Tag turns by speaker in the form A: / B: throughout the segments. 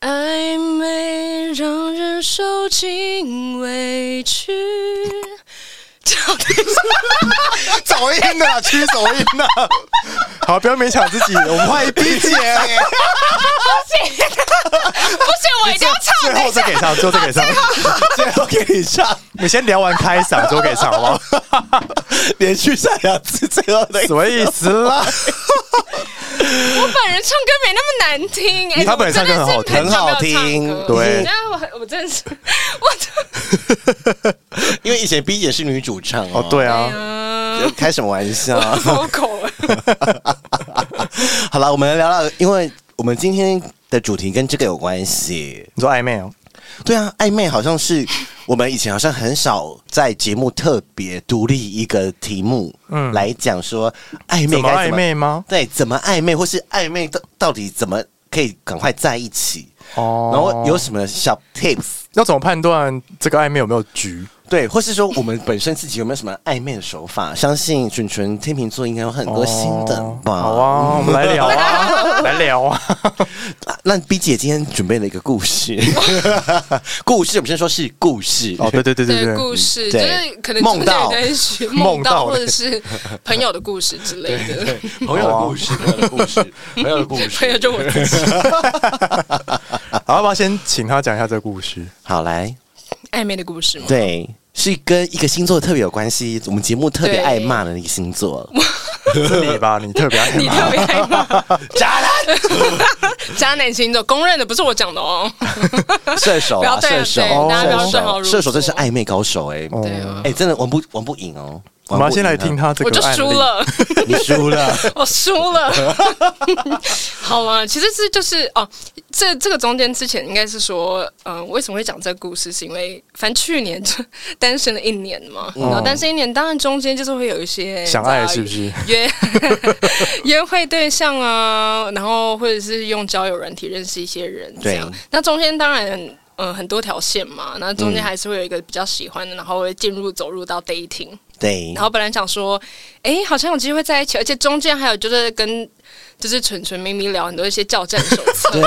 A: 暧昧让人受尽委屈。到底是
B: 走音呐，去走音呐，
C: 好，不要勉强自己，我们换一哎
B: 理解。
A: 不行，我一定要唱
B: 最
A: 等
B: 后
A: 一下
B: 再给唱，最后再给唱，最后给你唱，
C: 你先聊完开嗓，
B: 最后给唱好不好？连续唱两次，最后再
C: 什么意思啦？
A: 我本人唱歌没那么难听，哎、
B: 他本人
A: 我真的
B: 唱歌很好很
A: 是很久没有
B: 好听
A: 唱歌
B: 对
A: 你知道我我真的是我真
B: 因为以前 B 姐是女主唱
C: 哦，，对
A: 哎
C: 啊，
A: 的
B: 开什么玩笑？
A: 脱口了。
B: 好了，我们聊聊，因为我们今天的主题跟这个有关系。
C: 你说暧昧哦，
B: 对啊，暧昧好像是我们以前好像很少在节目特别独立一个题目，
C: 嗯
B: 嗯，来讲说暧
C: 怎
B: 昧
C: 么
B: 该
C: 暧
B: 怎么
C: 昧吗？
B: 对，怎么暧昧，或是暧昧到到底怎么可以赶快在一起？
C: 哦，
B: 然后有什么小 tips？
C: 要怎么判断这个暧昧有没有局？
B: 对，或是说我们本身自己有没有什么暧昧的手法？相信准纯天秤座应该有很多新的吧。
C: 好啊，我们来聊 啊，来聊啊。
B: 啊，那 B 姐今天准备了一个故 事，故事我们先说是故事
C: 哦，对对对对
A: 的
C: 对，
A: 故事，就
B: 对
A: 是可能
B: 梦到
A: 真的有一些
C: 梦
A: 梦
C: 到
A: 到，
C: 的
A: 或者是朋友的故事之类的。
B: 朋友的故事，朋友的故 事，朋友的故
A: 朋友
B: 事。
A: 就我自己。
C: 好，要不要先请他讲一下这个故事？
B: 好来，
A: 暧昧的故事吗？
B: 对，是跟一个星座特别有关系，我们节目特别
A: 对
B: 爱骂的那个星座，
C: 是你吧？你特别爱
A: 你
C: 骂
A: 特别爱骂
B: 渣男、
A: 渣男星座，公认的不是我讲的哦。
B: 射手
A: 不要
B: 啊，射
A: 对
B: 手
A: 对
C: 大家不要
B: 射
A: 对号
B: 手，
A: 入
B: 射手真是
A: 座
B: 暧昧高手哎。
C: 哦
A: 对啊
B: 哎、真的玩不玩不赢哦。
C: 啊我们要先来听
B: 他，
C: 他 这
A: 我就
C: 个案例。
A: 输了，
B: 你输 了。
A: 我输了。 好啊，其实是就是哦，这这个中间之前应该是说，嗯、为什么会讲这个故事？是因为反正去年就单身了一年嘛，然后单身一年，当然中间就是会有一些
C: 嗯想爱是不是？
A: 约 约会对象啊，然后或者是用交友软体认识一些人，这样
B: 对。
A: 那中间当然，嗯、很多条线嘛，那中间还是会有一个比较喜欢的，
C: 嗯
A: 然后会进入走入到 dating。
B: 对
A: 然，后本来想说，哎、好像有机会在一起，而且中间还有就是跟就是蠢蠢咪咪聊很多一些教战手 册。
B: 对，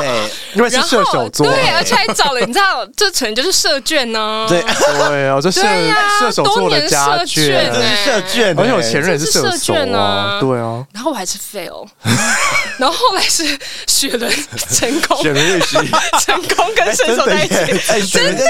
C: 因为是
A: 然后
C: 射手座，
A: 对，而且还找了，你知道，这纯就是社卷呢、
B: 对
C: 对啊，这射
A: 对呀
C: 射手座
A: 多
C: 的
A: 年
C: 家
A: 社欸
B: 这
A: 眷呢
C: 眷
B: 呃是射卷、哎
C: 而且哎我前任也是
A: 这是
C: 射
A: 社
C: 手
A: 眷
C: 啊，
A: 啊
C: 对啊，
A: 然后我还是 fail，然后后来是雪人成功，
B: 选人认识，
A: 成功跟射手在一
B: 哎真的耶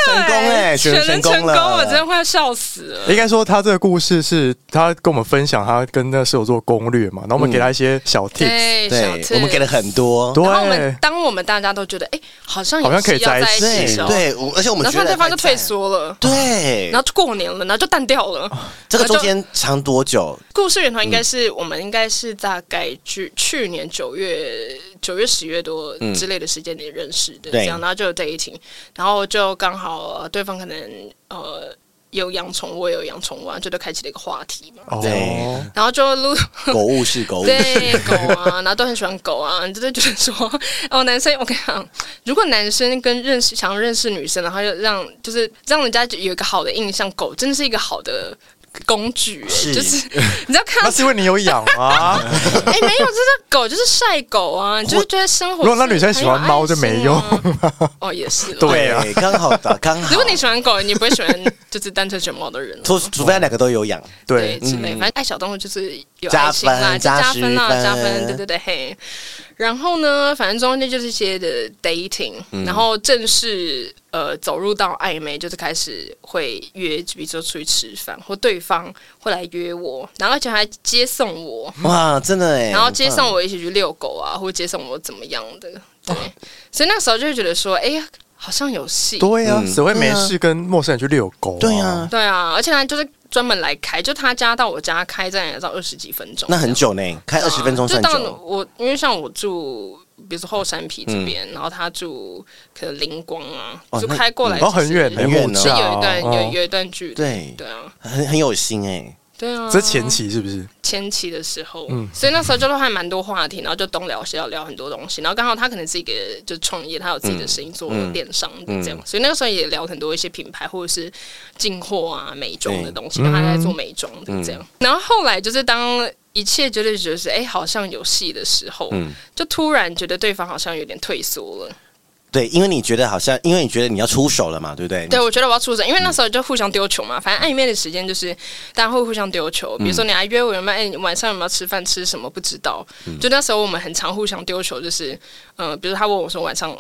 B: 哎
A: 起，
B: 选人成功哎选
A: 真的选
B: 人
A: 人
B: 成
A: 成
B: 功
A: 功，
B: 了
A: 我真的快要笑死了。
C: 应该说他这个故事是他跟我们分享他跟那个射手座攻略嘛，然后我们给他一些小 tips，
A: 对，哎小
B: 对
A: 次，
B: 我们给了很多，
C: 对
A: 然后我们当我们大家都觉得，哎，好像有
C: 好像可以
A: 戏要
C: 在一
A: 在一起的
C: 起
B: 对
A: 时候，
B: 对，我而且我们觉
A: 然后突然
B: 得
A: 对方就退
B: 还在，
A: 缩了，
B: 对，
A: 然后就过年了，然后就淡掉了。
B: 这个
A: 然后
B: 中
A: 就
B: 间长多久？
A: 故事源头应
C: 嗯
A: 该是、我们应该是大概去去年九月九月十月多
C: 嗯
A: 之类的时间点认识的，
B: 对
A: 这样，然后就有在一起，然后就刚好、呃对方可能呃有养宠，我也有养宠物啊，就都开启了一个话题嘛，
C: 哦
B: 对，
A: 然后就录
B: 狗物是狗物，
A: 对狗啊， 然后都很喜欢狗啊，你就会觉得说， 哦，男生我跟你讲，如果男生跟认识想要认识女生，然后又让就是让人家有一个好的印象，狗真的是一个好的。工具、
B: 是
A: 就是你知道看
C: 那
A: 到
C: 是因为你有养啊，
A: 哎、没有，这是狗就是晒狗啊，你就是觉得生活、
C: 如果那女生喜欢猫就没用。
A: 啊哦，也是啦。
C: 对啊
B: 对，刚好 的，刚好。
A: 如果你喜欢狗，你不会喜欢就是单纯喜欢猫的人啦。啊
B: 除除非他两个都有养，
A: 对，
C: 对，嗯
A: 之类，反正爱小动物就是有
B: 加
A: 爱心啦，
B: 分
A: 就加分啦，
B: 加
A: 加
B: 十
A: 分，
B: 分
A: 对对对，嘿。然后呢，反正中间就是一些的 dating，、然
C: 嗯
A: 后正式呃走入到暧昧，就是开始会约，比如说出去吃饭，或对方会来约我，然后而且还接送我，
B: 哇，真的哎。
A: 嗯然后接送
B: 我，
A: 我一起去遛狗啊，或接送我怎么样的，对。所以那时候就会觉得说，哎、呀，好像有戏，
C: 对啊，
B: 嗯
C: 谁会没事跟陌生人去遛狗？
B: 对啊，
A: 对啊，而且他就是专门来开，就他家到我家开站也要二十几分钟，啊
B: 那很久呢，开二十分钟
A: 哦就
B: 算
A: 到
B: 久。嗯
A: 我，因为像我住，比如说后山皮这边，然后他住可能灵光啊，
B: 哦
A: 就
B: 那
A: 开过来
C: 然后
A: 其实
C: 很远，
B: 很远
C: 木
B: 呢
A: 是
C: 栅
A: 有一段
C: 哦
A: 有有一段距离，
B: 对
A: 对啊，
B: 很很有心哎、
A: 对啊，
C: 这前期是不是？
A: 前期的时候，
C: 嗯
A: 所以那时候就还蛮多话题，然后就东聊西聊聊很多东西，然后刚好他可能是一个就创业，他有自己的生意做
B: 嗯
A: 电商
B: 嗯
A: 这样，所以那个时候也聊很多一些品牌或者是进货啊、美妆
B: 对
A: 的东西，他在做美妆的
B: 嗯
A: 这样。然后后来就是当一切觉得就是哎、好像有戏的时候，
B: 嗯
A: 就突然觉得对方好像有点退缩了。
B: 对，因为你觉得好像，因为你觉得你要出手了嘛，对不对？
C: 嗯
A: 对，我觉得我要出手，因为那时候就互相丢球嘛，反正暧昧的时间就是大家会互相丢球。
C: 嗯
A: 比如说你来约我有没有？哎、你晚上有没有吃饭？吃什么不知道？
C: 嗯
A: 就那时候我们很常互相丢球，就是嗯、呃比如他问我说晚上。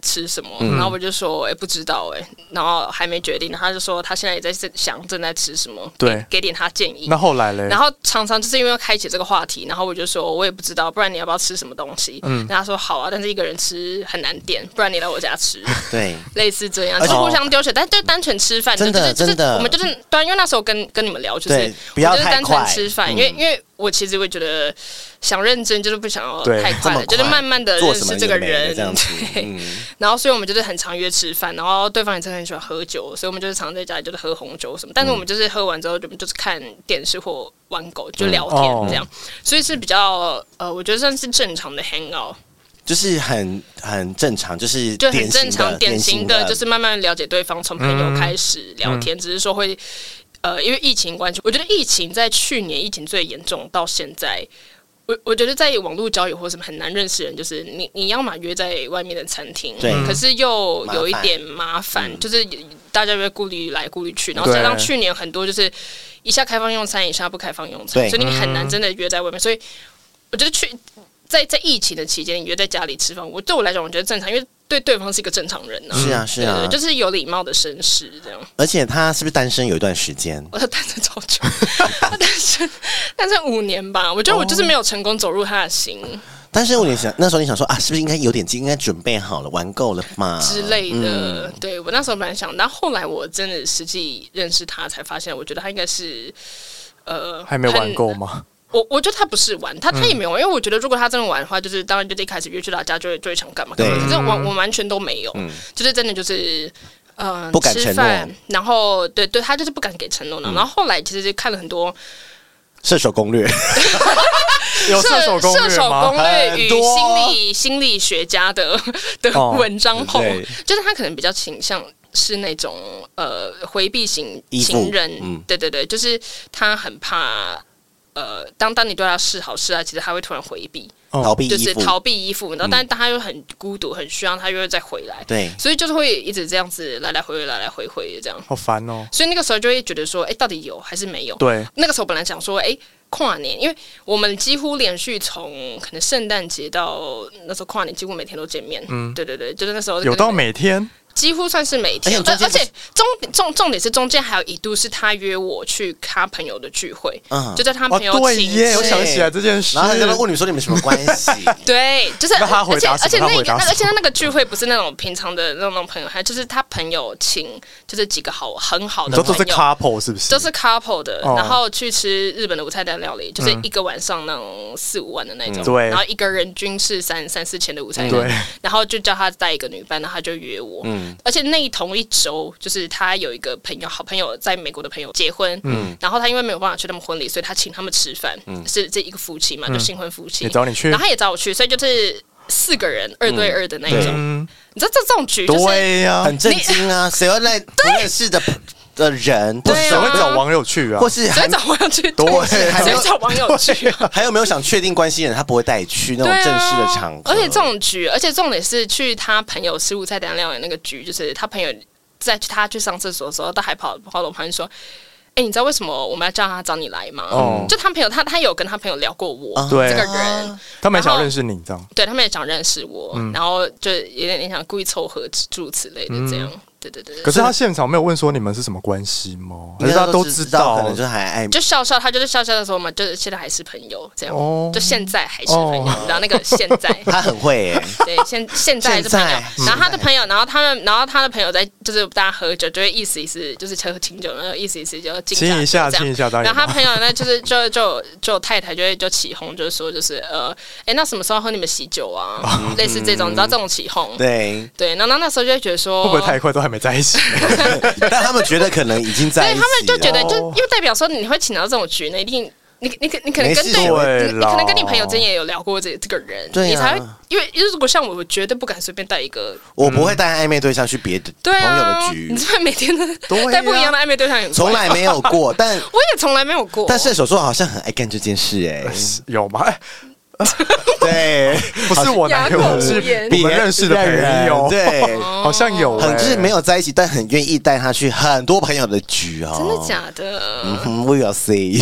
A: 吃什么？
C: 嗯
A: 然后我就说，哎、不知道哎、然后还没决定。然后他就说，他现在也在想正在吃什么，
C: 对
A: 给点他建议。
C: 那后来嘞
A: 然？后常常就是因为要开启这个话题，然后我就说我也不知道，不然你要不要吃什么东西？嗯，然后他说好啊，但是一个人吃很难点，不然你来我家吃，
B: 对
A: 类似这样，
B: 而
A: 就
B: 且
A: 是互相丢球，但就单纯吃饭，
B: 真的
A: 就是就是
B: 真的
A: 我们就是对啊，因为那时候跟跟你们聊，就是
B: 对不要
A: 我就是
B: 太
A: 单纯
B: 快嗯
A: 吃饭，因为因为我其实会觉得想认真，就是不想要
C: 对
A: 太
B: 这
A: 快
B: 么
A: 了，
B: 快
A: 就是慢慢的
B: 做
A: 认
B: 什么
A: 识这个
B: 有的没的
A: 人
B: 这 样子，
A: 对
B: 嗯，
A: 然后所以我们就是很常约吃饭，然后对方也是很喜欢喝酒，所以我们就是常在家里就是喝红酒什么。
B: 嗯
A: 但是我们就是喝完之后，就就是看电视或玩狗，
B: 嗯
A: 就聊
C: 哦
A: 天这样，所以是比较呃，我觉得算是正常的 hang out，
B: 就是很很正常，就是
A: 就
B: 典
A: 很
B: 型
A: 正常
B: 的嗯
A: 典型的，就是
B: 是
A: 慢慢了解对方，从朋友开始聊天，只是说会。呃，因为疫情关系，我觉得疫情在去年疫情最严重到现在，我我觉得在网络交友或什么很难认识人，就是你你要么约在外面的餐厅，
B: 对嗯
A: 可是又
B: 麻烦
A: 有一点麻烦，就是大家会顾虑来顾虑去，然后
C: 对
A: 加上去年很多就是一下开放用餐，一下不开放用餐
B: 对，嗯
A: 所以你很难真的约在外面，所以我觉得去在在疫情的期间，你约在家里吃饭，我对我来讲我觉得正常，因为对对方是一个正常人啊，
B: 是啊是啊
A: 对对，就是有礼貌的绅士这样。
B: 而且他是不是单身有一段时间？
A: 我单身超久，他单身单身五年吧，我觉得我就是没有成功走入他的心
B: 但是我也想那时候你想说啊，是不是应该有点劲，应该准备好了，玩够了嘛
A: 之类的。对我那时候本来想，但后来我真的实际认识他，才发现，我觉得他应该是。呃，
C: 还没玩
A: 很
C: 够吗？
A: 我我觉得他不是玩，他他
B: 嗯
A: 也没有玩，因为我觉得如果他真的玩的话，就是当然就是一开始约去他家就会就会想干嘛干嘛，
B: 对嗯
A: 可是
C: 嗯
A: 我我完全都没有，就是真的就是。嗯，
B: 不敢承
A: 吃
B: 诺嗯
A: 饭，然后对对，他就是不敢给承诺呢。然后后来其实看了很多
B: 射手攻略，
C: 有射手攻
A: 射
C: 略
A: 手攻
C: 吗？
A: 略与
B: 很多
A: 心理心理学 家的的
C: 哦
A: 文章后
B: 对，
A: 就是他可能比较倾向是那种呃回避型
B: 依附
A: 情人，
B: 嗯
A: 对对对，就是他很怕呃，当当你对他示好示爱，其实他会突然回避，
C: 哦
B: 逃避
A: 就
B: 衣
A: 是
B: 服，
A: 逃避依附，然后但但他又很孤独，很需要，他又会再回来，
B: 对
A: 所以就是会一直这样子来来回回，来来回回这样。
C: 好烦哦。
A: 所以那个时候就会觉得说，哎、到底有还是没有？
C: 对，
A: 那个时候本来想说，哎、跨年，因为我们几乎连续从可能圣诞节到那时候跨年，几乎每天都见面。嗯，对对对，就是那时候
C: 有到每天
A: 几乎算是每天呃
B: 而且，中
A: 而
B: 间
A: 而且重重重点是中间还有一度是他约我去他朋友的聚会，
B: 嗯
A: 就在他
C: 哦，
A: 朋友
C: 对
A: 请
C: 耶，
A: 吃
C: 我想起来这件事
B: 然。后他就在问你说你们什么关系？
A: 对，就是
C: 那他
A: 而
C: 回
A: 且
C: 答什么
A: 而且
C: 他
A: 那
C: 回
A: 个
C: 答
A: 那个
C: 什么
A: 而且他那个聚会不是那种平常的那种朋友，还就是他朋友请就是几个好很好
C: 你
A: 的
C: 说
A: 朋
C: 这
A: 友，
C: 是 couple 是不是？
A: 都是 couple 的，
C: 哦嗯
A: 然后去吃日本的无菜单料理，就是一个晚上那种四五万的那种，
C: 对
A: 然后一个人均是三三四千的午餐，
C: 对，嗯
A: 然后就叫他带一个女伴，然后他就约我，而且那一同一周，就是他有一个朋友，好朋友在美国的朋友结婚，
C: 嗯
A: 然后他因为没有办法去他们婚礼，所以他请他们吃饭，是这一个夫妻嘛，就新婚夫妻，
C: 也嗯找你去嗯
A: 然后他也找我去，所以就是四个人二对二的那一种，你知道这这种局就是。
C: 对呀，
B: 很震惊 啊！谁会在不认识的的人，或
A: 对
B: 是
C: 谁
A: 啊
C: 会找网友去啊
B: 或？是
A: 谁
B: 还
A: 找网友去？
B: 对
A: 谁找网友去啊？
B: 还有没有想确定关系的人，他不会带你去那种
A: 对啊
B: 正式的场合，
A: 啊。而且这种局，而且重点是去他朋友吃午餐单料理那个局，就是他朋友在他去上厕所的时候，他还跑跑到我旁边说。哎、你知道为什么我们要叫他找你来吗？
C: 哦
A: 就他朋友，他他有跟他朋友聊过我、
B: 啊
C: 对
A: 这个人，
C: 他们也想认识你，这样
B: 嗯嗯
A: 对他们也想认识我，然后就有点想故意凑合诸如此类的这样。对对对对
C: 可是他现场没有问说你们是什么关系吗？可
B: 应
C: 是
B: 该
C: 他都
B: 知
C: 知道，
B: 可能就还爱
A: 就哎笑笑，他就是笑笑的时候嘛，就是现在还是朋友这样，
C: 哦
A: 就现在还是朋友，然后那个现在，
B: 他很会 耶，
A: 对，现现在还是朋友，
C: 嗯
B: 现在
A: 然后他的朋友，然后他们，然后他的朋友在就是大家喝酒，就会意思意思，就是喝清酒，然后意思意思就敬
C: 亲一下，
A: 酒这
C: 亲一
A: 样。
C: 下，当
A: 然
C: 然
A: 后他朋友呢，就是就就就太太就会就起哄，就是说就是呃，哎，那什么时候喝你们喜酒
C: 哦
A: 啊？类似这种，你知道这种起哄，
B: 对，
A: 对，然后那时候就会觉得说，
C: 嗯会不会太快都还没在一起？
B: 但他们觉得可能已
C: 啊
B: 经在
A: 对
B: 一起
A: 他
B: 了，
A: 们就觉得，就
C: 哦
A: 因为代表说你会请到这种局呢，一定你你可你可能
B: 没
A: 跟
B: 事
A: 对
C: 对
A: 你你可能跟你
C: 啦
A: 朋友之间也有聊过这这个人，
B: 对啊
A: 你才会因为因为如果像我，我绝对不敢随便带一个
B: 我不会带暧昧对象去别的朋
A: 对
B: 友
A: 啊，
B: 的局
A: 你，这每天都
C: 对啊
A: 带不一样的暧昧对象，很怪
B: 从来没有过， 但
A: 我也从来没有过，
B: 但射手座好像很爱干这件事 哎，
C: 有吗？哎，
B: 对，
C: 不是我男友，
A: 哑口无
C: 是
A: 言
C: 我们认识的 朋友，
B: 对，
C: 好像有，欸
B: 很就是没
C: 有。
B: 有在一起，但很愿意带他去很多朋友的局哦，
A: 真的假的？
B: 嗯？We will see 。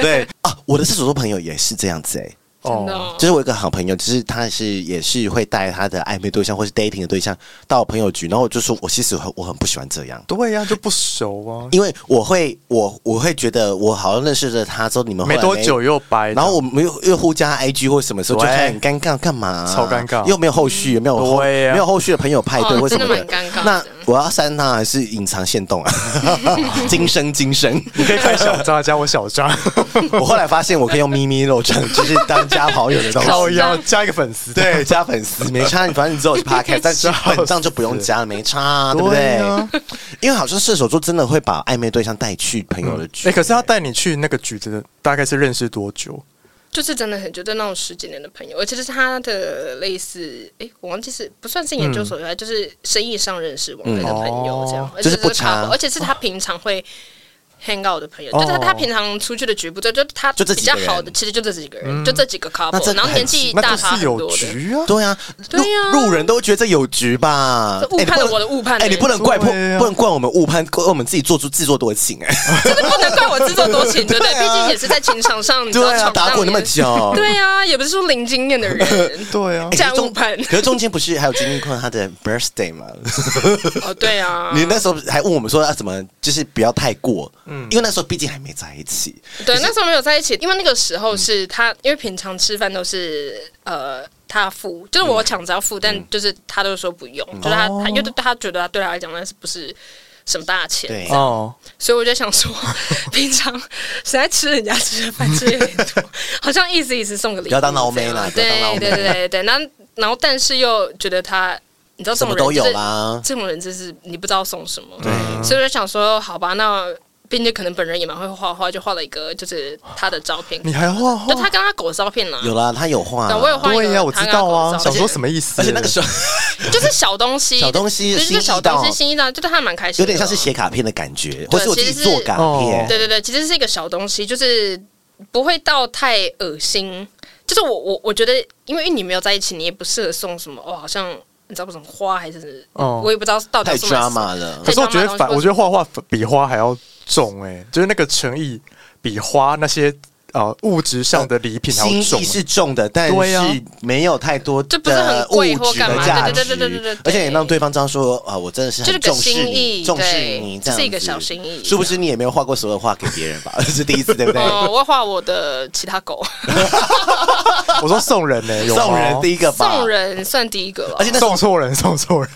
B: 对啊，我的射手座朋友也是这样子哎、
A: 真的哦
B: 就是我有一个好朋友，就是他是也是会带他的暧昧对象或是 dating 的对象到朋友局，然后我就说我其实很我很不喜欢这样，
C: 对呀，就不熟啊，
B: 因为我会我我会觉得我好像认识了他之后，你们后来哎
C: 没多久又掰，
B: 然后我们又又互加 IG 或什么时候，就
C: 对
B: 觉得很尴尬，干嘛啊、
C: 超尴尬嗯
B: 又没有后续，没有后
C: 对呀
B: 没有后续的朋友派对
A: 哦
B: 或什么
A: 真的蛮尴尬的
B: 那我要删他还是隐藏线 动啊？ 今生今生，
C: 你可以看小张啊加我小张，
B: 我后来发现我可以用咪咪肉酱，就是当加好友的东西。
C: 靠腰加一个粉丝，
B: 对，加粉丝没差，你反正你只 有 podcast，但是本账就不用加了，没差啊，对不 对？因为好像射手座真的会把暧昧对象带去朋友的局。
C: 哎、可是他带你去那个局子，大概是认识多久？
A: 就是真的很觉得那种十几年的朋友，而且就是他的类似，哎、我忘记是不算是研究所以外，就是生意上认识往来的朋友这样，
C: 哦
A: 而且
B: 嗯就是不差
A: couple，而且是他平常会 hang out 的朋友，就
C: 哦
A: 是他他平常出去的局不多，就他
B: 就这
A: 比
B: 几个
A: 较
B: 人嗯
A: 好的，其实就这几个人，就这几个
B: 那
A: couple，
B: 真的
A: 然后
B: 很
A: 年纪
B: 奇
C: 那
A: 大
C: 就
A: 他
C: 是
A: 很
C: 有
A: 多的。
C: 局啊，
B: 对啊，
A: 对啊
B: 路路人都觉得有局吧？
A: 这误
B: 哎你
A: 判了
B: 不能
A: 我的误判
B: 哎，
A: 呢
B: 你不能怪不
C: 对啊，
B: 不能怪我们误判，怪我们自己做出自作多情哎。
A: 真的不能怪我自作多情，对不对？
B: 对啊
A: 毕竟也是在情场上，你知道
B: 对啊，
A: 闯荡
B: 打滚那么
A: 也是，
B: 久，
A: 对啊，也不是说零经验的人
C: 对啊
B: 哎。
A: 这
B: 可是
A: 样
B: 中
A: 误判
B: 可是中间不是还有金英坤他的 birthday 吗？
A: 哦，对啊，
B: 你那时候还问我们说啊要怎么，就是不要太过，嗯，因为那时候毕竟还没在一起，
A: 对，啊那时候没有在一起，因为那个时候是他，因为平常吃饭都是呃他付，就是我抢着要
B: 嗯
A: 付，但就是他都说不用，
B: 哦
A: 就是他、他因为他觉得他对他来讲那是不是什么大钱，
B: 对
C: 哦，
A: 所以我就 想说，平常谁在吃人家吃的饭吃有 点多，好像意思意思送个礼
B: 不
A: 物这
B: 要
A: 样，
B: 当捞妹啦不要
A: 对
B: 当捞妹
A: 对对对对，然后然后但是又觉得他，你知道
B: 什
A: 这种
B: 么
A: 人
B: 都有
A: 就是
B: 啦。
A: 这种人就是你不知道送什么，嗯所以我就想说，好吧，那并且可能本人也蛮会画画，就画了一个就是他的照片，
C: 你还画画
A: 就？他跟他狗的照片啦、
B: 哦有啦，他有画
A: 对，，我有画一
C: 对呀、
A: 个
C: 我
A: 他
C: 知
A: 跟他
C: 道
A: 狗的
C: 啊。
A: 照
C: 想
A: 片
C: 说什么意思？
B: 而且那个时候
A: 就是小东西，
B: 小东西
A: 对就是
B: 心意
A: 小东
B: 到
A: 西，心意到，就是他蛮开心，
B: 有点像是。写卡片的感觉，或是我自己做卡片
C: 其实是，
A: 哦对对对，其实是一个小东西，就是不会到太恶心。就是我我我觉得，因为你没有在一起，你也不适合送什么哦，好像你知道不什么花还是，
C: 哦
A: 我也不知道到底
B: 太
A: 要送什么
B: drama 了。
C: 可是我觉
A: 太浪漫
C: 得
A: 了
C: 反，我觉得画画比花还要重哎、就是那个诚意比花那些呃物质上的礼品还
B: 心
C: 要重、
B: 意是重的，但
C: 对啊
B: 是没有太多
A: 就不是很
B: 的物
A: 贵或
B: 质的
A: 干嘛
B: 价值，
A: 对对对对对对对
B: 而且也让对方知道说啊，我真的是
A: 就是
B: 很
A: 个
B: 重视
A: 心
B: 你，
A: 意，
B: 重视
A: 对
B: 你，这
A: 这
B: 样
A: 是一个
B: 子
A: 小心意。
B: 殊不知你也没有画过所有画给别人吧？这 是第一次，对不对？
A: 哦，我会画我的其他 狗，
C: 我说送人呢、有吗
B: 送人第一个吧，
A: 送人算第一个吧。
B: 而且那时
C: 送
B: 候
C: 错人， 送错人。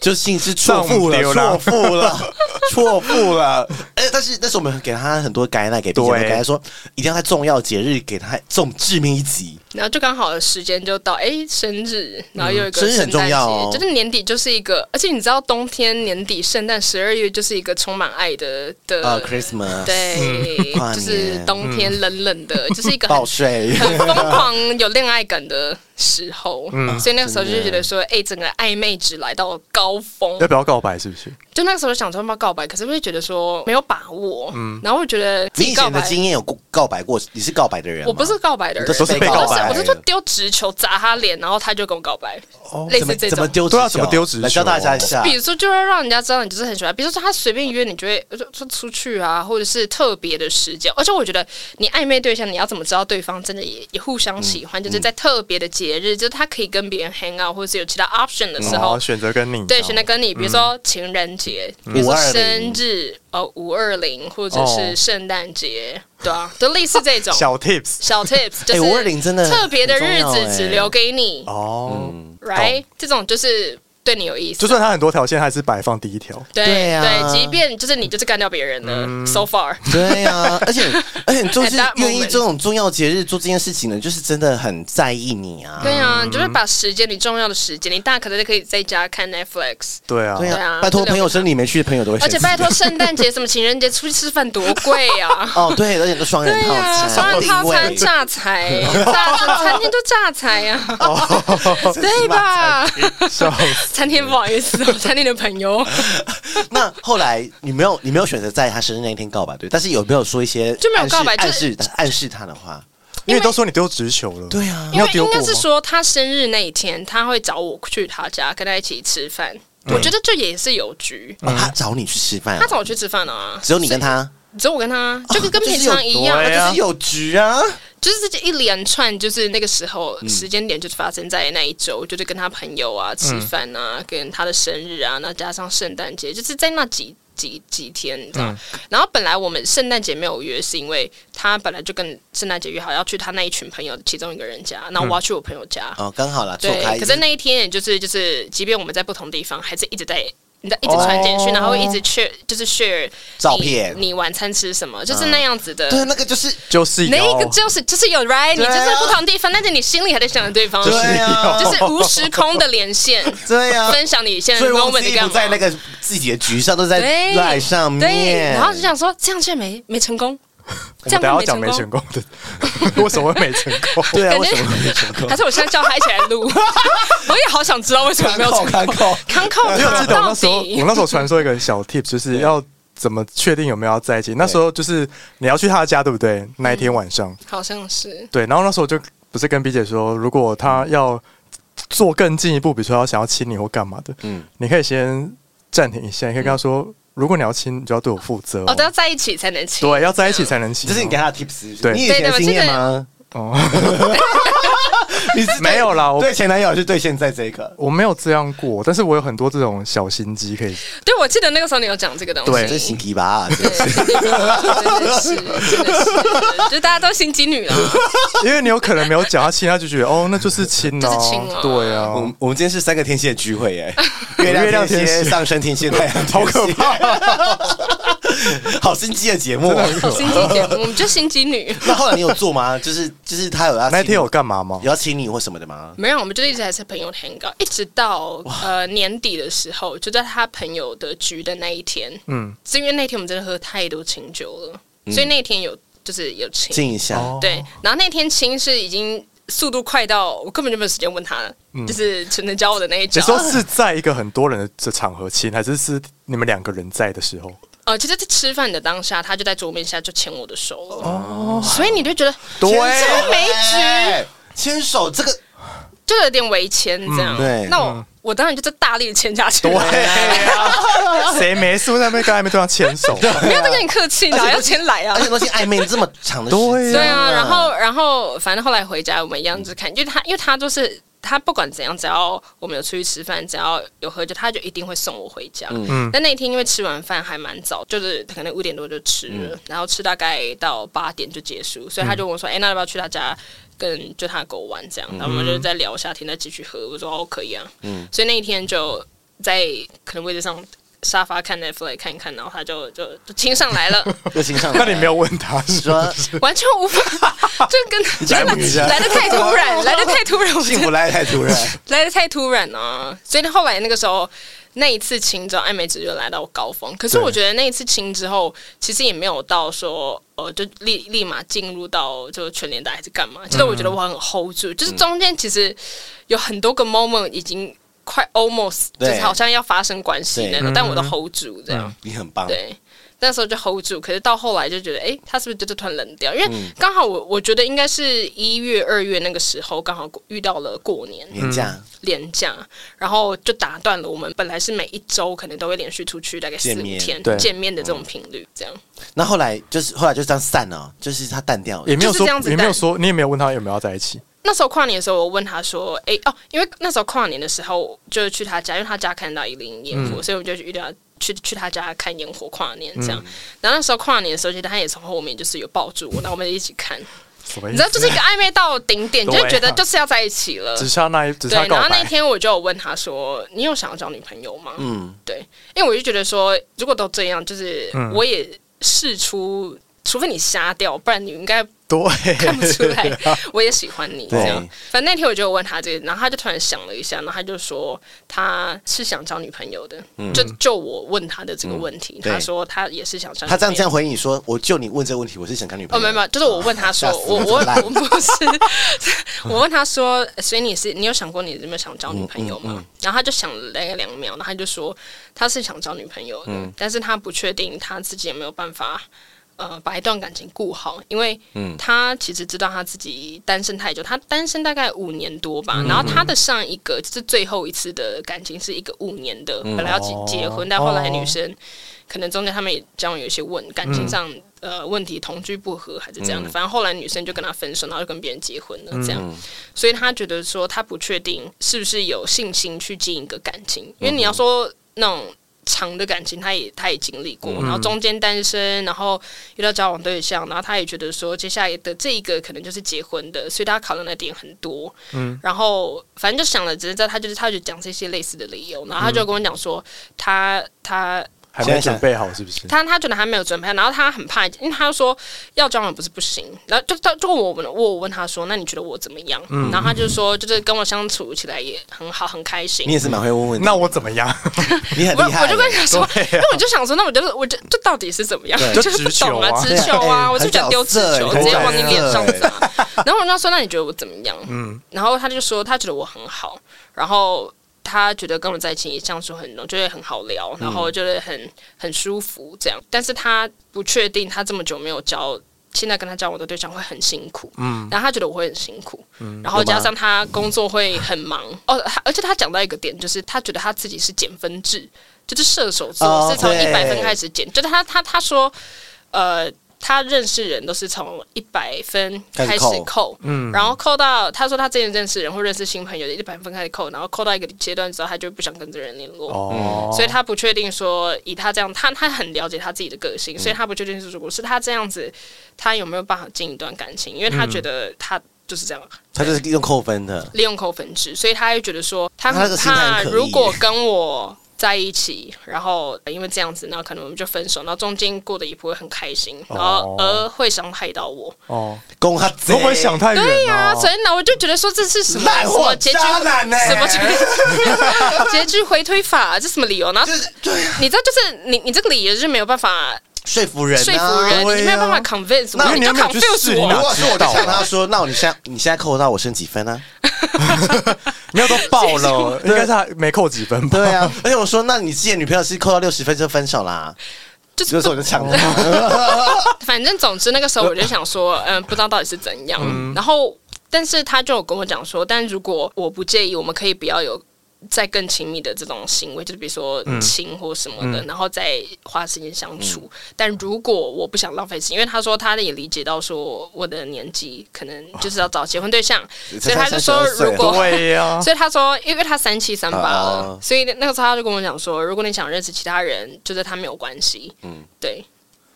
B: 就信是错付了，
C: 上流
B: 错
C: 浪
B: 付了， 错付了。哎，但是那时候我们给他很多改奶，给别人
C: 对
B: 改说一定要在重要节日给他重致命一击。
A: 然后就刚好时间就到，哎，生日，然后又有一个
B: 生日很重要哦
A: 圣诞节就是年底就是一个，而且你知道冬天年底圣诞十二月就是一个充满爱的的、
B: 呃，Christmas 嗯
A: 对，
B: 跨年
A: 就是冬天冷冷的，就是一 个很
B: 报税，
A: 很疯狂有恋爱感的时候，
B: 嗯
A: 所以那个时候就觉得说，哎，整个暧昧值来到高峰
C: 要，不要告白？是不是？
A: 就那个时候想说要不要告白，可是会觉得说没有把握， 然后我觉得
B: 嗯
A: 自
B: 你
A: 己
B: 以
A: 告
B: 前的
A: 白，
B: 经验有过告白过？你是告白的人吗？
A: 我不是告白的人，
B: 你都是被告白
A: 我都是对，我是说丢直球砸他脸，然后他就跟我告白，类
B: 哦怎么
A: 似这
B: 怎么
A: 种。
B: 丢直球？
C: 对啊怎么丢直球
B: 来教大家一下。
A: 比如说，就会让人家知道你就是很喜欢。比如说，他随便约你，就会就说出去啊，或者是特别的时间。而且我觉得，你暧昧对象，你要怎么知道对方真的也也互相喜
B: 嗯
A: 欢？就是在特别的节日，就是他可以跟别人 hang out，或者是有其他 option 的时
C: 然
A: 候
B: 哦
C: 后，哦选择跟你
A: 对，选择跟你，比如
B: 嗯
A: 说情人节，比如说生日，呃，五二零，或者是圣诞
B: 哦
A: 节，对啊，就类似 这种
C: 小 tips
A: 小
B: 哎
A: tips，就是
B: 520真的
A: 特别的
B: 很
A: 日
B: 重要
A: 子
B: 欸
A: 只留给你
C: 哦。
A: ，right？这种就是对你有意思，
C: 就算他很多条线，还是摆放第一条。
A: 对
B: 对啊
A: 即便就是你就是干掉别人
C: 嗯
A: 了，so far，
B: 对啊，而且而且你就是
A: At that moment
B: 愿意这种重要节日做这件事情呢，就是真的很在意你
C: 嗯
B: 啊。
A: 对啊，你就是把时间，你重要的时间，你大可能可以在家看 Netflix。
C: 对啊，
B: 对
A: 对
B: 啊
A: 啊，
B: 拜托
A: 这两个
B: 朋友生日你没去的朋友都会生
A: 而
B: 气，
A: 且拜托，圣诞节什么情人节出去吃饭多贵啊！
B: 哦，对，而且都双人
A: 对
B: 套
A: 啊呀，
B: 餐，
A: 双人套餐
B: 定位
A: 榨财，榨餐厅都榨财呀，对吧？
C: 哦笑死
A: 餐厅不好意 思哦，餐厅的朋友
B: 那后来你没有你没有选择在他生日那一天告白，对？但是有没有说一些
A: 就没有告白
B: 暗
A: 就
B: 示
A: 是
B: 暗示暗示他的话？
C: 因为都说你丢直球了，
B: 对啊
C: 你
A: 因
C: 要
A: 为
C: 丢
A: 应
C: 过
A: 该
C: 吗
A: 是？说他生日那一天，他会找我去他家跟他一起吃饭，我觉得这也是有局。
B: 哦他找你去吃饭啊，
A: 他找我去吃饭啊，
B: 只有你跟他，
A: 只有我跟他，就跟平常一样，
C: 哦对
B: 哦就
C: 啊
B: 是有局啊。
A: 就是这一连串，就是那个时候时间点，就是发生在那一周，就是跟他朋友啊吃饭啊，
B: 嗯
A: 跟他的生日啊，那加上圣诞节，就是在那几几几天，你知道吗。
B: 嗯
A: 然后本来我们圣诞节没有约，是因为他本来就跟圣诞节约好要去他那一群朋友其中一个人家，那我要去我朋友家。
B: 哦，刚好啦，错
A: 对
B: 开。，
A: 可是那一天也就是就是，即便我们在不同地方，还是一直在。你知道一直传简讯，然后会一直 share，就是 share
B: 照片嗯
A: 你，你晚餐吃什么，就是那样子的。
B: 对那个就是
C: 就是哦
A: 那
C: 有
A: 一个就是就是有 right，、你
B: 对
A: 就
B: 啊
A: 是不同地方，但是你心里还在想着对方，
B: 对啊
A: 就是无时空的 连线，
B: 对啊，
A: 分享你现在
B: 所以
A: 的
B: 汪志
A: moment 在
B: 毅不
A: 干
B: 在那
A: 嘛。
B: 个自己的局上，都在
A: 对，
B: 赖上
A: 对，
B: 面。
A: 然后就想说这样却没没 成功，
C: 我
A: 这样
C: 们等一下要
A: 会
C: 讲没
A: 没
C: 成功的， 为什么会没成 功？
B: 对啊，
A: 感
B: 为
A: 觉
B: 什么会没成功？
A: 还是我现在叫他一起来录， 我也好想知道为什么没 有成
B: 看
A: 功。
B: 扣，
A: 康扣
C: 因为我记得我
A: 到
C: 那时候，我
A: 底
C: 那时候传授一个小 tip，就是要怎么确定有没有要在一起。那时候就是你要去他家，对不对？
A: 嗯
C: 那一天晚上，
A: 好像是
C: 对。然后那时候就不是跟 B 姐说，如果他要做更进一步，比如说要想要亲你或干嘛的，
B: 嗯
C: 嗯，你可以先暂停一下，你可以跟他说，如果你要亲，你就要对我负责、
A: 嗯哦，都要在一起才能亲。
C: 对，要在一起才能亲哦。
B: 这是你给他的 tips，
C: 对
B: 你以前的经验吗？
C: 哦，
B: 你是对
C: 没有啦，我
B: 对前男友还是对现在这个？
C: 我没有这样过，但是我有很多这种小心机可以。
A: 对，我记得那个时候你有讲这个东西。
C: 对
B: 这是心机吧？
A: 对真的是，真的是，就大家都心机女 了。
C: 因为你有可能没有讲，他亲他就觉得哦，那就是亲啊，
A: 就是亲啊
C: 对啊，
B: 我们我们今天是三个天蝎的聚会 耶，
C: 月亮天蝎
B: 上升天蝎、太阳好可怕， 好心机的节目。哦
A: 心机点，我们就心机女。
B: 那后来你有做吗？就是就是他有要
C: 那
B: 亲
C: 一
B: 你
C: 天有干嘛吗
B: 有？要亲你或什么的吗？
A: 没有，我们就一直还是朋友 hang out，一直到呃年底的时候，就在他朋友的局的那一天，
C: 嗯，
A: 是因为那天我们真的喝太多清酒了，所以那天有就是有亲，
B: 亲一下，
C: 哦
A: 对，然后那天亲是已经速度快到我根本就没有时间问他，就是纯纯教我的那一
C: 你
A: 招。
C: 说是在一个很多人的这场合亲，还是是你们两个人在的时候？
A: 呃，其实在吃饭的当下，他就在桌面下就牵我的手了，所以你就觉得
C: 对
A: 这没局。
B: 哎牵手这 个
A: 就有点围牵这样。
B: 嗯对
A: 那我、我当然就是大力的牵下去。
C: 啊
A: 啊
C: 谁没事在那边跟暧昧对象牵手？
A: 没有在跟你客气的，要牵来啊
B: 而。且东西暧昧这么长的时间，
C: 对
A: 对啊，然后然后反正后来回家我们一样就是看，因为他因为他就是他不管怎样，只要我们有出去吃饭，只要有喝酒，他就一定会送我回家。嗯，但那一天因为吃完饭还蛮早，就是可能五点多就吃了，然后吃大概到八点就结束，所以他就问我说：“哎、那要不要去他家？”跟就他的狗玩这样，然后我们就在聊一下天，再继续喝。我说哦可以啊，嗯，所以那一天就在可能位置上沙发看 Netflix 看一看，然后他就就就亲上来了，
B: 又亲上来，
C: 那你没有问他是吗？
B: 说
A: 完全 无法，就跟
B: 来不及了啊
A: 来的太 突然，来的太突然，我
B: 幸
A: 真
B: 福
A: 的
B: 来得太突然，
A: 来的太突然啊！所以后来那个时候，那一次亲之后，艾美子就来到高峰。可是
C: 对
A: 我觉得那一次亲之后，其实也没有到说呃，就立立马进入到就全联打还是干嘛。就是我觉得
B: 嗯
A: 我很 hold 住，就是中间其实有很多个 moment 已经快 almost 就
B: 对
A: 是好像要发生关系那
B: 对嗯
A: 种，但我都 hold 住这样。
B: 你很棒。
A: 对，那时候就 hold 住，可是到后来就觉得，哎、他是不是就突然冷掉？因为
B: 嗯
A: 刚好我我觉得应该是一月、二月那个时候，刚好遇到了过年
B: 年假
C: 嗯
A: 廉价，然后就打断了我们本来是每一周可能都会连续出去大概四
B: 见
A: 五
B: 面
A: 天
C: 对
A: 见面的这种频率，这样。
B: 那后来就是后来就这样散了，就是他淡掉了，
C: 也没有
A: 就是
C: 说
A: 这样子
C: 也没有
A: 但
C: 说，你也没有问他有没有要在一起，
A: 那时候跨年的时候，我问他说：“哎、哦，因为那时候跨年的时候就是去他家，因为他家看到一零烟
B: 嗯
A: 火，所以我就去遇到他去去他家看烟火跨年这样。
B: 嗯
A: 然后那时候跨年的时候，其实他也从后面就是有抱住我，然后我们就一起看。
C: 什么意
A: 你
C: 思？
A: 知道，就是一个暧昧到顶点，就
C: 对
A: 会觉得就是要在一起了。
C: 只差那一只
A: 对
C: 差，告
A: 然后那
C: 白，
A: 天我就有问他说：“你有想要找女朋友吗？”
B: 嗯，
A: 对，因为我就觉得说，如果都这样，就是
C: 嗯
A: 我也试出，除非你瞎掉，不然你应该看不
C: 对，
A: 出 来，我也喜欢你这
B: 对
A: 样。反正那天我就问他这个，然后他就突然想了一下，然后他就说他是想找女朋友的。就就我问他的这个问题，
B: 嗯对
A: 他说他也是想找女朋友。
B: 他这样这样回应你说，我就你问这个问题，我是想跟女朋
A: 呃哦，
B: 友，啊
A: 没有没有，就是我问他说
B: 吓，死
A: 我
B: 我怎么
A: 我
B: 烂
A: 我不是，我问他说，所以你是你有想过你有没有想交
B: 嗯
A: 女朋友吗？然后他就想了大概两秒，然后他就说他是想交女朋友的，
B: 嗯
A: 但是他不确定他自己有没有办法。呃，把一段感情顾好，因为
B: 嗯
A: 他其实知道他自己单身太久，他单身大概五年多
B: 嗯
A: 吧。然后他的上一个就是最后一次的感情是一个五年的，
B: 嗯
A: 本来要结
B: 哦
A: 结婚，但后来女生可能中间他们也交往有一些问感情上、呃问题，同居不和还是这样的。反正后来女生就跟他分手，然后就跟别人结婚了，这样。所以他觉得说他不确定是不是有信心去经营一个感情，因为你要说那种。长的感情，他也他也经历过，然后中间单身，然后遇到交往对象，然后他也觉得说接下来的这一个可能就是结婚的，所以他考量的点很多，然后反正就想了，只是在他就是他就讲这些类似的理由，然后他就跟我讲说他他
C: 还
B: 现
C: 没
B: 在想
C: 准备好是不是？
A: 他他觉得还没有准备好，然后他很怕，因为他说要交往不是不行，然后就他就问我们，我问他说，那你觉得我怎么样？
B: 嗯
A: 然后他就说，就是跟我相处起来也很好，很开心
B: 你。也是蛮会问问题，
C: 那我怎么样？
B: 你很
A: 我
B: 厉害耶，啊
A: 我就跟他说，因为我就想说，那我就我就这到底是怎么样？
C: 就
A: 就是不
C: 直球
A: 懂啊，
C: 啊
A: 直球
B: 对哎
A: 啊，我就想丢直
B: 很角色
A: 球，
B: 哎
A: 直接
B: 很
A: 往你
B: 角
A: 脸
B: 色
A: 上
B: 哎
A: 砸。 然后我就说，那你觉得我怎么样？嗯，然后他就说他觉得我很好，然后。他觉得跟我在一起相处很浓，就会很好聊，然后就是很很舒服这样。但是他不确定，他这么久没有交，现在跟他交往的对象会很辛苦。嗯，然后他觉得我会很辛苦，然后加上他工作会很忙哦，他而且他讲到一个点，就是他觉得他自己是减分制，就是射手座、
B: 哦
A: 是从
B: 对
A: 一百分开始减，就是他他他说呃，他认识人都是从一百分
B: 开
A: 开
B: 始
A: 始
B: 扣
A: 扣，嗯，然后扣到他说他之前认识人或认识新朋友，一百分开始扣，然后扣到一个阶段之后，他就不想跟这个人联络。
C: 哦，
A: 所以他不确定说，以他这样，他他很了解他自己的个
B: 嗯
A: 性，所以他不确定是如果是他这样子，他有没有办法进一段感情，因为他觉
B: 嗯
A: 得他就是这样，
B: 他就是用扣分的，
A: 利用扣分制，所以他会觉得说，他
B: 他这
A: 很
B: 个心态
A: 怕
B: 很可疑
A: 如果跟我在一起，然后因为这样子，那可能我们就分手，然后中间过得也不会很开心，
B: 哦
A: 然后而会伤害到我。
C: 哦，
B: 攻他
C: 会不会想太远
A: 对呀、
C: 啊？
A: 所以呢，我就觉得说这是什么
B: 烂
A: 什
B: 货
A: 么结局
B: 渣男呢？
A: 什么结 结局回推法，这什么理由？然后
B: 就是对啊，
A: 你知道，就是你你这个理由就是没有办法
B: 说服人啊，
A: 说服人，
B: 对啊
A: 你没有办法 convince
B: 那
A: 我，
C: 你
A: 就
C: 有没有去试
A: confuse
C: 你
B: 如
C: 哪
A: 我。
B: 果是我就
C: 知道啊
B: 向他说，那你现在你现在扣到我剩几分啊？
C: 没有都爆 了，应该是他没扣几分吧？
B: 对 啊，而且我说，那你之前女朋友是扣到六十分就分手啦，
A: 就是
B: 有时候我就抢他，
A: 反正总之那个时候我就想说，嗯，不知道到底是怎样。然后，但是他就有跟我讲说，但如果我不介意，我们可以不要有再更亲密的这种行为，就是比如说亲或什么的，然后再花时间相处。但如果我不想浪费时间，因为他说他也理解到说我的年纪可能就是要找结婚对象，所以他就说
B: 32岁
A: 如果
C: 对啊呀，
A: 所以他说，因为他三七三八
B: 哦
A: 了，所以那个时候他就跟我讲说，如果你想认识其他人，就在他没有关系。嗯，对，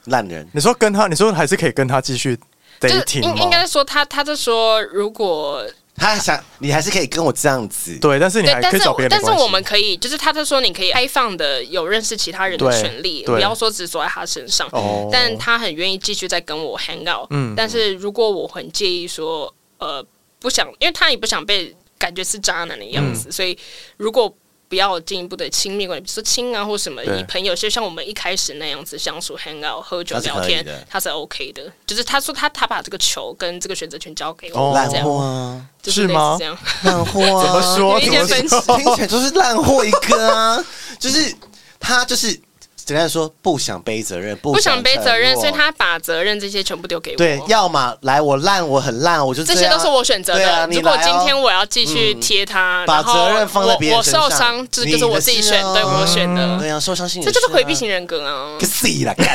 B: 烂人。
C: 你说跟他，你说还是可以跟他继续
A: 就是应
C: dating
A: 应该
C: 吗？
A: 是说他，他就说如果
B: 他想，你还是可以跟我这样子，
C: 对，但是你
A: 对
C: 还，
A: 但
C: 可以
A: 是
C: 找
A: 我
C: 别人的
A: 但是
C: 关系。
A: 我们可以，就是他就说你可以开放的有认识其他人的
C: 对
A: 权利，
C: 对
A: 不要说只锁在他身上。
C: 哦
A: 但他很愿意继续再跟我 hang out。
C: 嗯
A: 但是如果我很介意说，呃，不想，因为他也不想被感觉是渣男的
C: 嗯
A: 样子，所以如果不要有进一步的亲密关系，比如说亲啊或什么，
C: 对
A: 以朋友就像我们一开始那样子相处、hang out、喝酒、
B: 那是可
A: 聊
B: 以
A: 天
B: 的，
A: 他是 OK 的。就是他说他他把这个球跟这个选择权交给我
C: 哦，
B: 烂
A: 这样
B: 货啊，
A: 就是
C: 是吗
A: 类似这样。
B: 烂货啊，
C: 怎么说？
A: 有一
C: 怎
A: 些
C: 么
A: 分
C: 说？
B: 听起来就是烂货一个啊，就是他就是简单地说，不想背责任，不
A: 不想背责任，
B: 承诺
A: 所以他把责任这些全部丢给我。
B: 对，要么来我烂，我很烂，我就
A: 这
B: 样
A: 些都是我选择
B: 对
A: 的。
B: 啊、你
A: 如果
B: 来
A: 今
B: 哦
A: 天我要继续贴他，
B: 把
A: 然后
B: 责任放在别人
A: 我我
B: 身上，
A: 受伤，这就
B: 你
A: 是
B: 的
A: 我自己选，
B: 事啊
A: 对我选的，
B: 对啊，受伤心理、
A: 这就是回避型。人格啊
B: 个。屁啦，干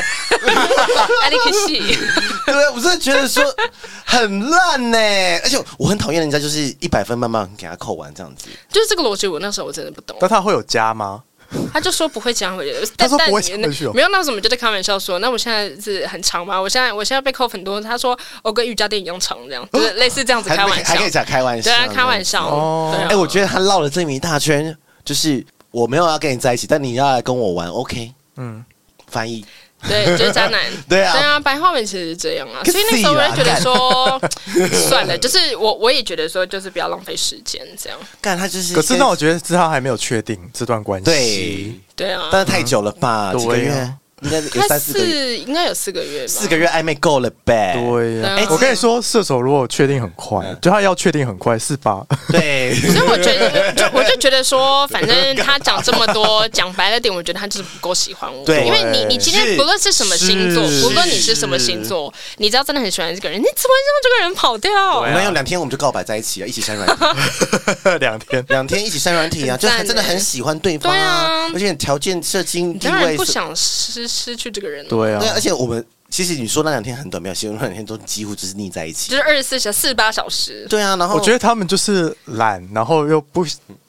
B: 啊
A: 艾利克西，
B: 对，我真的觉得说很烂呢、而且我很讨厌人家就是一百分慢慢给他扣完这样子。
A: 就是这个逻辑，我那时候我真的不懂。
C: 但他会有加吗？
A: 他就说不会加回去，
C: 他说
A: 但
C: 不会
A: 但
C: 加回去哦
A: 没有，那时候我们就在开玩笑说，那我现在是很长吗？我现在我现在被扣很多，他说我跟瑜伽垫一样长，这样就是类似这样子
B: 哦还
A: 开
B: 可以
A: 玩笑
B: 还可以，讲开玩笑，
A: 对啊，开玩。笑。
C: 哦
A: 对啊
B: 哎、我觉得他绕了这么一大圈，就是我没有要跟你在一起，但你要来跟我玩，OK？
C: 嗯，
B: 翻译
A: 对，就是渣男。
B: 对啊
A: 对啊，白话文其实是这样啊，
B: 个
A: 所以那时候我就觉得
B: 屁
A: 说， 算了，就是我我也觉得说，就是不要浪费时间这样。
B: 干他就是一些。
C: 可是那我觉得他还没有确定这段关系。
B: 对，，
A: 对啊，
B: 但是太久了吧？
C: 嗯
B: 几个
C: 对啊
B: 月应该有
A: 他
B: 三四个月，
A: 四应该有四个月吧，
B: 四个月暧昧够了呗？
C: 对呀、
A: 对啊
C: 我跟你说，射手如果确定很快，
B: 嗯
C: 就他要确定很快是吧？
B: 对，
A: 所以我觉得， 就我就觉得说，反正他讲这么多，讲白了点，我觉得他就是不够喜欢我。
B: 对
A: 因为你你今天
B: 是
A: 不论是什么星座，
C: 是
A: 不论你是什么星座，你只要真的很喜欢这个人，你怎么让这个人跑掉
B: 我？们有两天我们就告白在一起了，一起删软体，
C: 两天，
B: 两天一起删软体啊，就
A: 很赞欸
B: 是真的很喜欢对方啊，
A: 对啊
B: 而且条件、射精、
A: 你
B: 地
A: 当然
B: 位
A: 不，想失失去这个人、啊。
C: 对啊
B: 对，，而且我们其实你说那两天很短，没有，其实那两天都几乎就是腻在一
A: 就
B: 起。
A: 是二十四小四十八小时，
B: 对啊，然后
C: 我觉得他们就是懒，然后又不。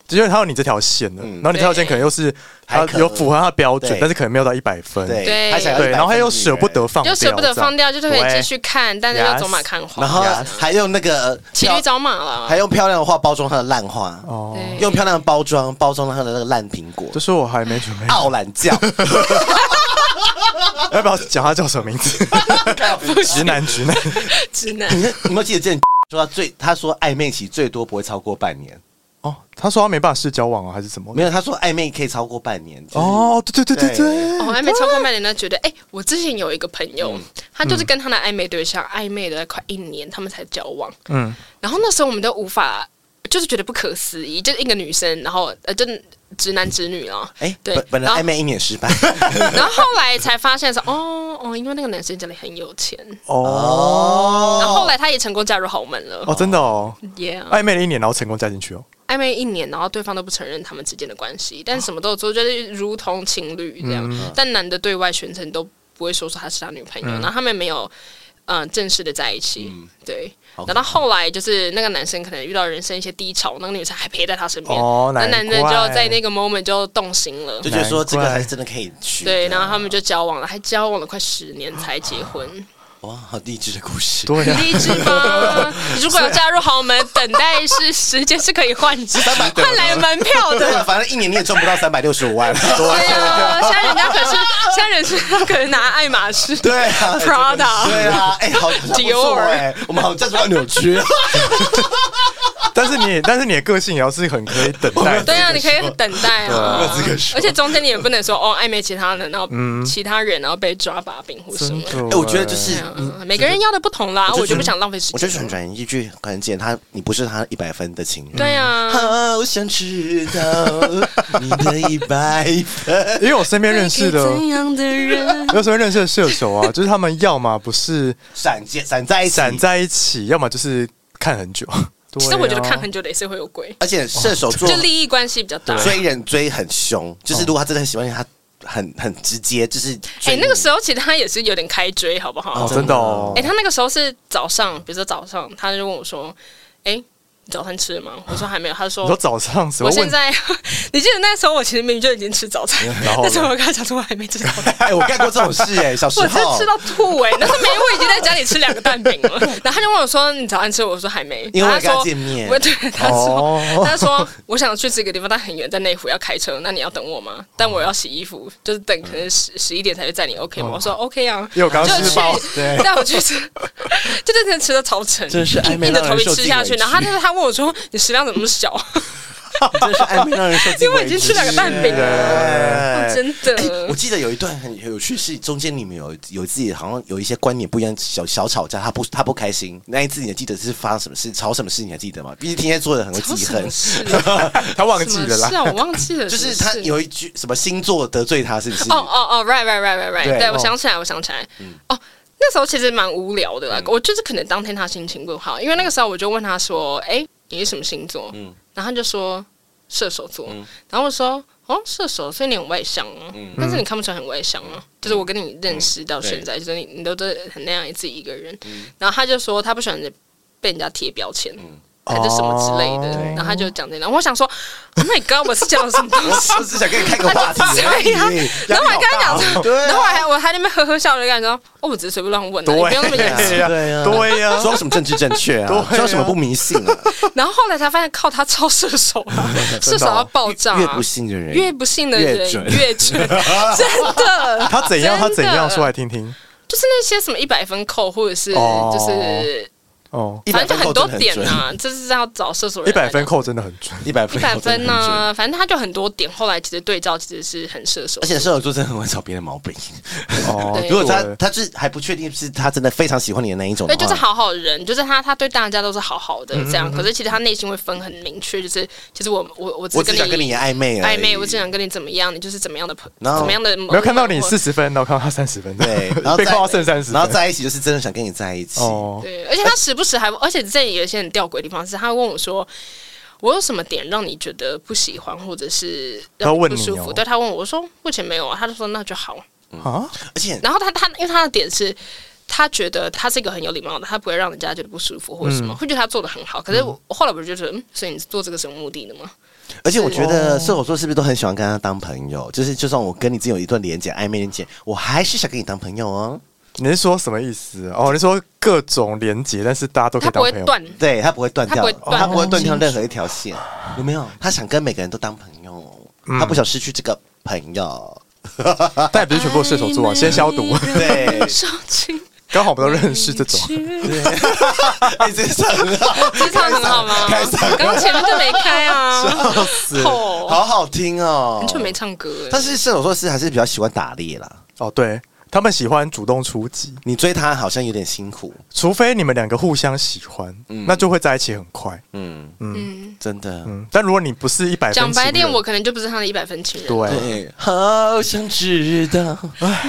C: 因为他有你这条线的，然后你这条线可能又是他
B: 嗯还可
C: 有符合他的标准
B: 对，
C: 但是可能没有到一百分，
A: 对
B: 对，他想要
C: 对，然后他又
B: 100分
C: 舍不得放掉，
A: 就舍不得放掉，就是可以
C: 对
A: 继续看，但是又走马看
B: 女人，然
A: 花，
B: 后还用那个
A: 骑驴找马了。
B: 还用漂亮的话包装他的烂话，
C: 哦，
A: 对
B: 用漂亮的包装包装他的那个烂苹果
C: 就，是我还没准
A: 哦
C: 备，
B: 傲懒 叫，
C: 要不要讲他叫什么 名字？直男直男，
A: 直男，
B: 你看你有没有记得之前 说他最他说暧昧期最多不会超过半年，
C: 哦，他说他没办法试交往啊，还是怎么
B: 没？有他说暧昧可以超过半年，就是
C: 哦，对对对对 对，
A: 哦，暧昧超过半年，那觉得哎、
B: 嗯
A: 我之前有一个朋友，他就是跟他的暧昧对象暧昧了快一年，他们才交往。
C: 嗯，
A: 然后那时候我们都无法，就是觉得不可思议，就是一个女生，然后呃，就直男直女啊，
B: 哎，
A: 对
B: 本本来
A: 然后
B: 暧昧一年失败，
A: 然后后来才发现说，哦哦，因为那个男生家里很有钱，
C: 哦，
A: 然后后来他也成功嫁入豪门了
C: 哦，真的哦，
A: ，yeah，
C: 暧昧了一年，然后成功嫁进去哦，
A: 暧昧一年，然后对方都不承认他们之间的关系，但什么都有做，就是如同情侣这样，但男的对外宣称都不会说出他是他女朋友，然后他们没有。嗯，正式的在一起，对。
B: 好可
A: 然后后来就是那个男生可能遇到人生一些低潮，那个女生还陪在他身边，
C: 哦
A: 那
C: 难
A: 男的
C: 怪
A: 就在那个 moment 就动心了
B: 就，觉得说这个
C: 难怪
B: 还真的可以去。
A: 对。然后他们就交往了，还交往了快十年才结婚，
B: 哇，好励志的故事。
C: 对呀，
A: 励志吧？如果要嫁入豪门，等待是时间是可以换换来门票
B: 对
A: 的
B: 啊，。反正一年你也赚不到三百六十五 万。
A: 对啊，现在人家可是，现在人是他可能拿爱马仕、
B: 对啊
A: Prada
B: 对啊，哎，好，好不错
A: Dior
B: 哎，我们好像到扭 曲。
C: 但是你，但是你的个性也要是很可以等待 的，
A: 对啊，你可以等待啊
B: 我有资格，说
A: 而且中间你也不能说哦暧昧其他人，然后其他人然后被抓把柄或什
C: 真
A: 么
C: 的
A: 的。
C: 欸，
B: 哎，我觉得就是
A: 对，啊，每个人要的不同啦，
B: 我就
A: 我就
B: 觉得
A: 不想浪费时
B: 我觉
A: 间
B: 得。转转一句很简单，他你不是他一百分的情人。
A: 对啊，
B: 好想知道你的一百分。
C: 因为我身边认识的，
A: 怎样的人？
C: 有时候认识的射手啊，就是他们要么不是
B: 闪见闪在一起，
C: 闪在一起，要么就是看很久。
A: 其实我觉得看
C: 久。
A: 很久的也是会有鬼，
B: 而且射手座
A: 就利益关系比较大。
B: 追人追很凶，
C: 哦
B: 就是如果他真的很喜欢你，他很很直接，就是
A: 哎
B: 追，。”
A: 那个时候其实他也是有点开追，好不好
C: 哦，？真的哦
A: 哎、，他那个时候是早上，比如说早上，他就问我说：“哎、你早餐吃了吗？”我说：“还没有。”他
C: 你说
A: 说
C: 早上什：“么
A: 我现
C: 问题？
A: 在， 你记得那时候我其实明明就已经吃早餐，
C: 然后
A: 但是
C: 呢
A: 我跟他讲说我还没吃早餐
B: 哎，我干过这种事哎，小时
A: 我
B: 候
A: 真的吃到吐哎、欸！那时候没有，我已经在家里吃两个蛋饼 了。然后他就问我说：“你早餐吃？”我说：“还没。”
B: 因为我
A: 然后他
B: 跟他
A: 说
B: 见面
A: 我对他说：“
C: 哦
A: 他说我想去这个地方，但很远，在内湖要开车，那你要等我吗？但我要洗衣服，就是等可能十十一点才会载你，OK
B: 嗯
A: 吗？”我说：“OK 啊。”
C: 因为我刚刚
A: 就
C: 吃
A: 去
C: 包，对，
A: 带我去吃，就真的吃的超撑，
B: 真是暧昧
A: 硬着
B: 让
A: 头
B: 人
A: 皮
B: 受
A: 吃
B: 尽
A: 下
B: 委
A: 去。然后他
B: 屈
A: 就他问我说：“你食量怎么那么小？”
B: 你真的是暧昧让人受尽
A: 因为
B: 委
A: 已
B: 屈。哎
A: 经吃两个蛋饼了，哦真的
B: 我。记得有一段很有趣，是中间你们有有自己好像有一些观点不一样，小小吵架，他不他不开心。那一次你还记得是发生什么事，吵什么事？你还记得吗？毕竟天蝎座的很会
A: 吵
B: 记
A: 什
B: 恨
A: 么，事啊？
C: 他忘记了
A: 什么事啊，
C: 啦。
A: 我忘记了。
B: 就是
A: 什
B: 他
A: 么事
B: 有一句什么星座得罪他，是不是？
A: 哦哦哦，right right right right right，
B: 对
A: 对
B: 哦
A: 我想起来，我想起来，
B: 嗯
A: 哦。那时候其实蛮无聊的啦，我就是可能当天他心情不好，因为那个时候我就问他说：“哎、你是什么星座？”
B: 嗯
A: 然后他就说射手座，然后我说：“哦，射手，所以你很外向哦、
B: 嗯
A: 但是你看不出来很外向哦、就是我跟你认识到现在，就是你你都是很那样你自己一个人。
B: 嗯
A: 然后他就说他不喜欢被人家贴标签。还是什么之类的，
C: 哦
A: 然后他就讲这个，然后我想说，Oh my god，我是讲了什么东西？
B: 我只想跟你开个话题啊哎而已。
A: 他就然后我还跟他讲说，
B: 对啊
A: 然后我还我还在那边呵呵笑的感觉，哦，我只是随便乱问的、啊
C: 对
A: 你
B: 啊
A: 不用那么严
C: 对
A: 肃。
C: 呀，
B: 对啊
C: 对呀，
B: 装什么政治正确
C: 对
B: 啊
C: 啊？
B: 装什么不迷信啊？
A: 然后后来才发现，靠他超射手 啊，射手要爆炸、啊，
B: 哦越不信的人
A: 越不信的人
B: 越准
A: 越准， 真的。
C: 他怎样？
A: 啊真的
C: 他怎样？说来听听。
A: 就是那些什么一百分扣，或者是
C: 哦
A: 就是，
C: 哦，
B: 一
A: 反
B: 百
A: 正
B: 分
A: 就很
B: 扣
A: 多
B: 真的
A: 点
B: 准，
A: 啊，这是要找射手人
C: 一
A: 来讲。
C: 百分扣真的很准。
B: 一百分
A: 一百
B: 扣真
A: 分
B: 的
A: 啊
B: 很准
A: 呢，反正他就很多点。后来其实对照其实是很射手
B: 而，且射手座真的很会找别人毛病。
C: 哦，
A: 对
B: 如果他
C: 对
B: 他是还不确定是他真的非常喜欢你的那一种的
A: 对，
B: 话，
A: 就是好嗯好人，就是他，他对大家都是好好的这样。可是其实他内心会分很明确，就是其实我我我只
B: 我
A: 是
B: 只
A: 跟
B: 想跟你
A: 你
B: 暧昧而已
A: 暧昧，我只想跟你怎么样，你就是怎么样的朋，
B: 然后
A: 怎么样的
C: 没有看到你
A: 或
C: 四十分，然后看到他三十分，
B: 对， 然后
C: 被
B: 在
C: 扣到剩三十，
B: 然后在一起就是真的想跟你在一起。
C: 哦，
A: 对，而且他时不时还，而且这里有一些很吊诡的地方是，他会问我说。我有什么点让你觉得不喜欢，或者是让
C: 他问
A: 不
C: 你
A: 舒
C: 哦
A: 服？对他问我，我说目前没有啊，他就说那就好。
C: 啊，
B: 而且
A: 然后他他因为他的点是，他觉得他是一个很有礼貌的，他不会让人家觉得不舒服或者什么，会觉得他做的很好。可是我我后来我就觉得，嗯，所以你做这个是有目的的吗？
B: 而且我觉得
A: 哦
B: 射手座是不是都很喜欢跟他当朋友？就是就算我跟你之间有一段连结暧昧连结，我还是想跟你当朋友哦。
C: 你是说什么意思？哦，你说各种连接，但是大家都可
A: 他不
C: 以当
A: 会
C: 朋友。
A: 断，
B: 对他不会断
A: 他
B: 掉
A: 不会，断
B: 他不会断掉任何一条
C: 哦
B: 线，有没有？他想跟每个人都当朋友，哦
C: 嗯
B: 他不想失去这个朋友。
C: 但也不是全部都射手
A: 哎
C: 座啊，先消毒。
B: 对，
A: 伤心。
C: 刚好我们都认识这种，
A: 嗯
B: 哎，这是很好，
A: 这唱很好吗
B: 开嗓？
A: 刚前面就没开啊，
B: 死
A: 吼
B: 好好听哦，
A: 很久没唱歌
B: 但
A: 哎。
B: 是射手座是还是比较喜欢打猎啦。
C: 哦，对他们喜欢主动出击，
B: 你追他好像有点辛苦，
C: 除非你们两个互相喜欢，那就会在一起很快。
B: 嗯，
A: 嗯，
B: 真的，
C: 嗯，但如果你不是一百分情
A: 讲白
C: 人，
A: 点，我可能就不是他的一百分情人。
C: 对
B: 对，好想知道，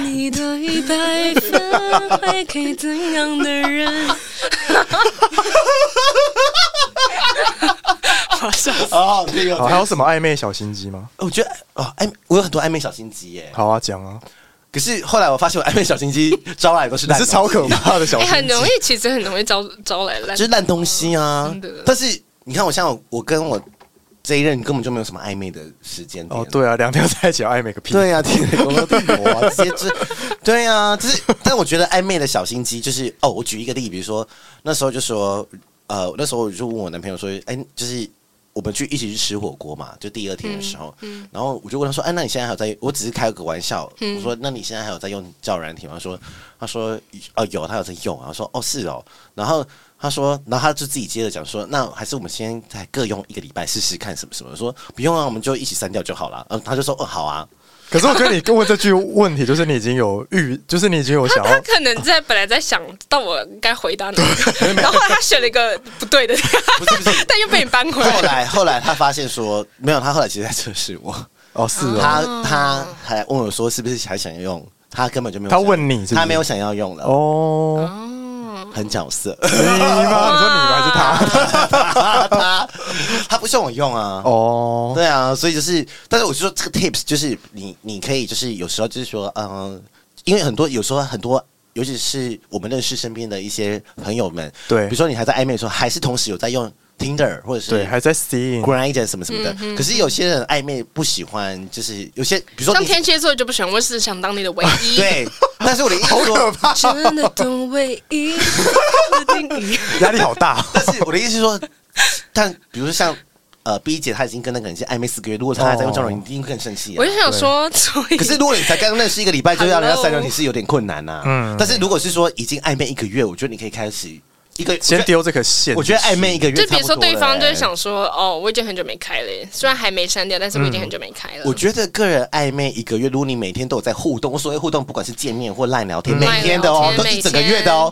A: 你的一百分会给怎样的人？
B: 好好听
C: 好，还有什么暧昧小心机吗？
B: 哦我觉得哦，暧我有很多暧昧小心机耶，
C: 好啊，讲啊，
B: 可是后来我发现我暧昧小心机招来的都是
C: 你
B: 烂，
C: 是超可，怕的小
B: 哦
A: 哎，
C: 心
A: 很
C: 机，
A: 容易，其实很容易招招来烂
B: 就。是烂东西啊
A: 真的。
B: 但是你看，我像我我跟我这一任根本就没有什么暧昧的时间点
C: 哦，对啊，两天在一起要暧昧个屁，
B: 哎对呀、啊，天雷勾动地火啊，直接就，对呀、啊，就是，但我觉得暧昧的小心机就是，哦，我举一个例，比如说那时候就说，呃，那时候我就问我男朋友说，哎、就是我们去一起去吃火锅嘛，就第二天的时候，然后我就问他说，哎、那你现在还有在？我只是开个玩笑，我说，那你现在还有在用交友软体吗？他说，他说，哦，有，他有在用，然后说，哦，是哦，然后。他说，然后他就自己接着讲说，那还是我们先再各用一个礼拜试试看什么什么。我说不用啊，我们就一起删掉就好了。嗯，他就说，哦，好啊。
C: 可是我觉得你问这句问题，就是你已经有预， 就是你已经有想
A: 他
C: 要，
A: 可能在本来在想到我该回答哪个， 然后后来他选了一个不对的， 但又被你扳回
B: 后
A: 来。
B: 来后来他发现说没有，他后来其实在测试我，
C: 哦，是
B: 他
C: 哦，
B: 他还问我说是不是还想要用，他根本就没有
C: 他
B: 想要
C: 问你是不是
B: 他没有想要用了，
C: 哦，
A: 哦，
B: 很角色，
C: 你吗？你说你吗？还是他？
B: 他他不像我用啊。
C: 哦，
B: 对啊，所以就是，但是我就说这个 tips 就是你，你可以就是有时候就是说，嗯、因为很多有时候很多，尤其是我们认识身边的一些朋友们，
C: 对
B: 比如说你还在暧昧的时候，还是同时有在用 Tinder 或者是
C: 对，还在 seeing，
B: Grinder 什么什么的。
A: 嗯
B: 可是有些人暧昧不喜欢，就是有些比如说
A: 像
B: 你
A: 天蝎座就不喜欢，我是想当你的唯一。
B: 对，但是我的意思 说，
A: 真的懂唯一的定义。
C: 压力好大哦。
B: 但是我的意思是说，但比如说像呃 B 姐，她已经跟那个人已经暧昧四个月，如果她还在用交
C: 哦
B: 友软件，你一定会更生气、啊
A: 我。就想说，所以
B: 可是如果你才刚认识一个礼拜就要人家
A: Hello
B: 删掉你是有点困难呐、
C: 嗯
B: 但是如果是说已经暧昧一个月，我觉得你可以开始一个
C: 先。丢这个线。
B: 我觉得暧昧一个月，
A: 就比如说对方
B: 欸
A: 就会，想说，哦，我已经很久没开了耶，虽然还没删掉，但是我已经很久没开了。
B: 嗯我觉得个人暧昧一个月，如果你每天都有在互动，我所谓互动，不管是见面或烂聊天，每天的哦
A: 嗯赖聊，天
B: 都一整个月的哦，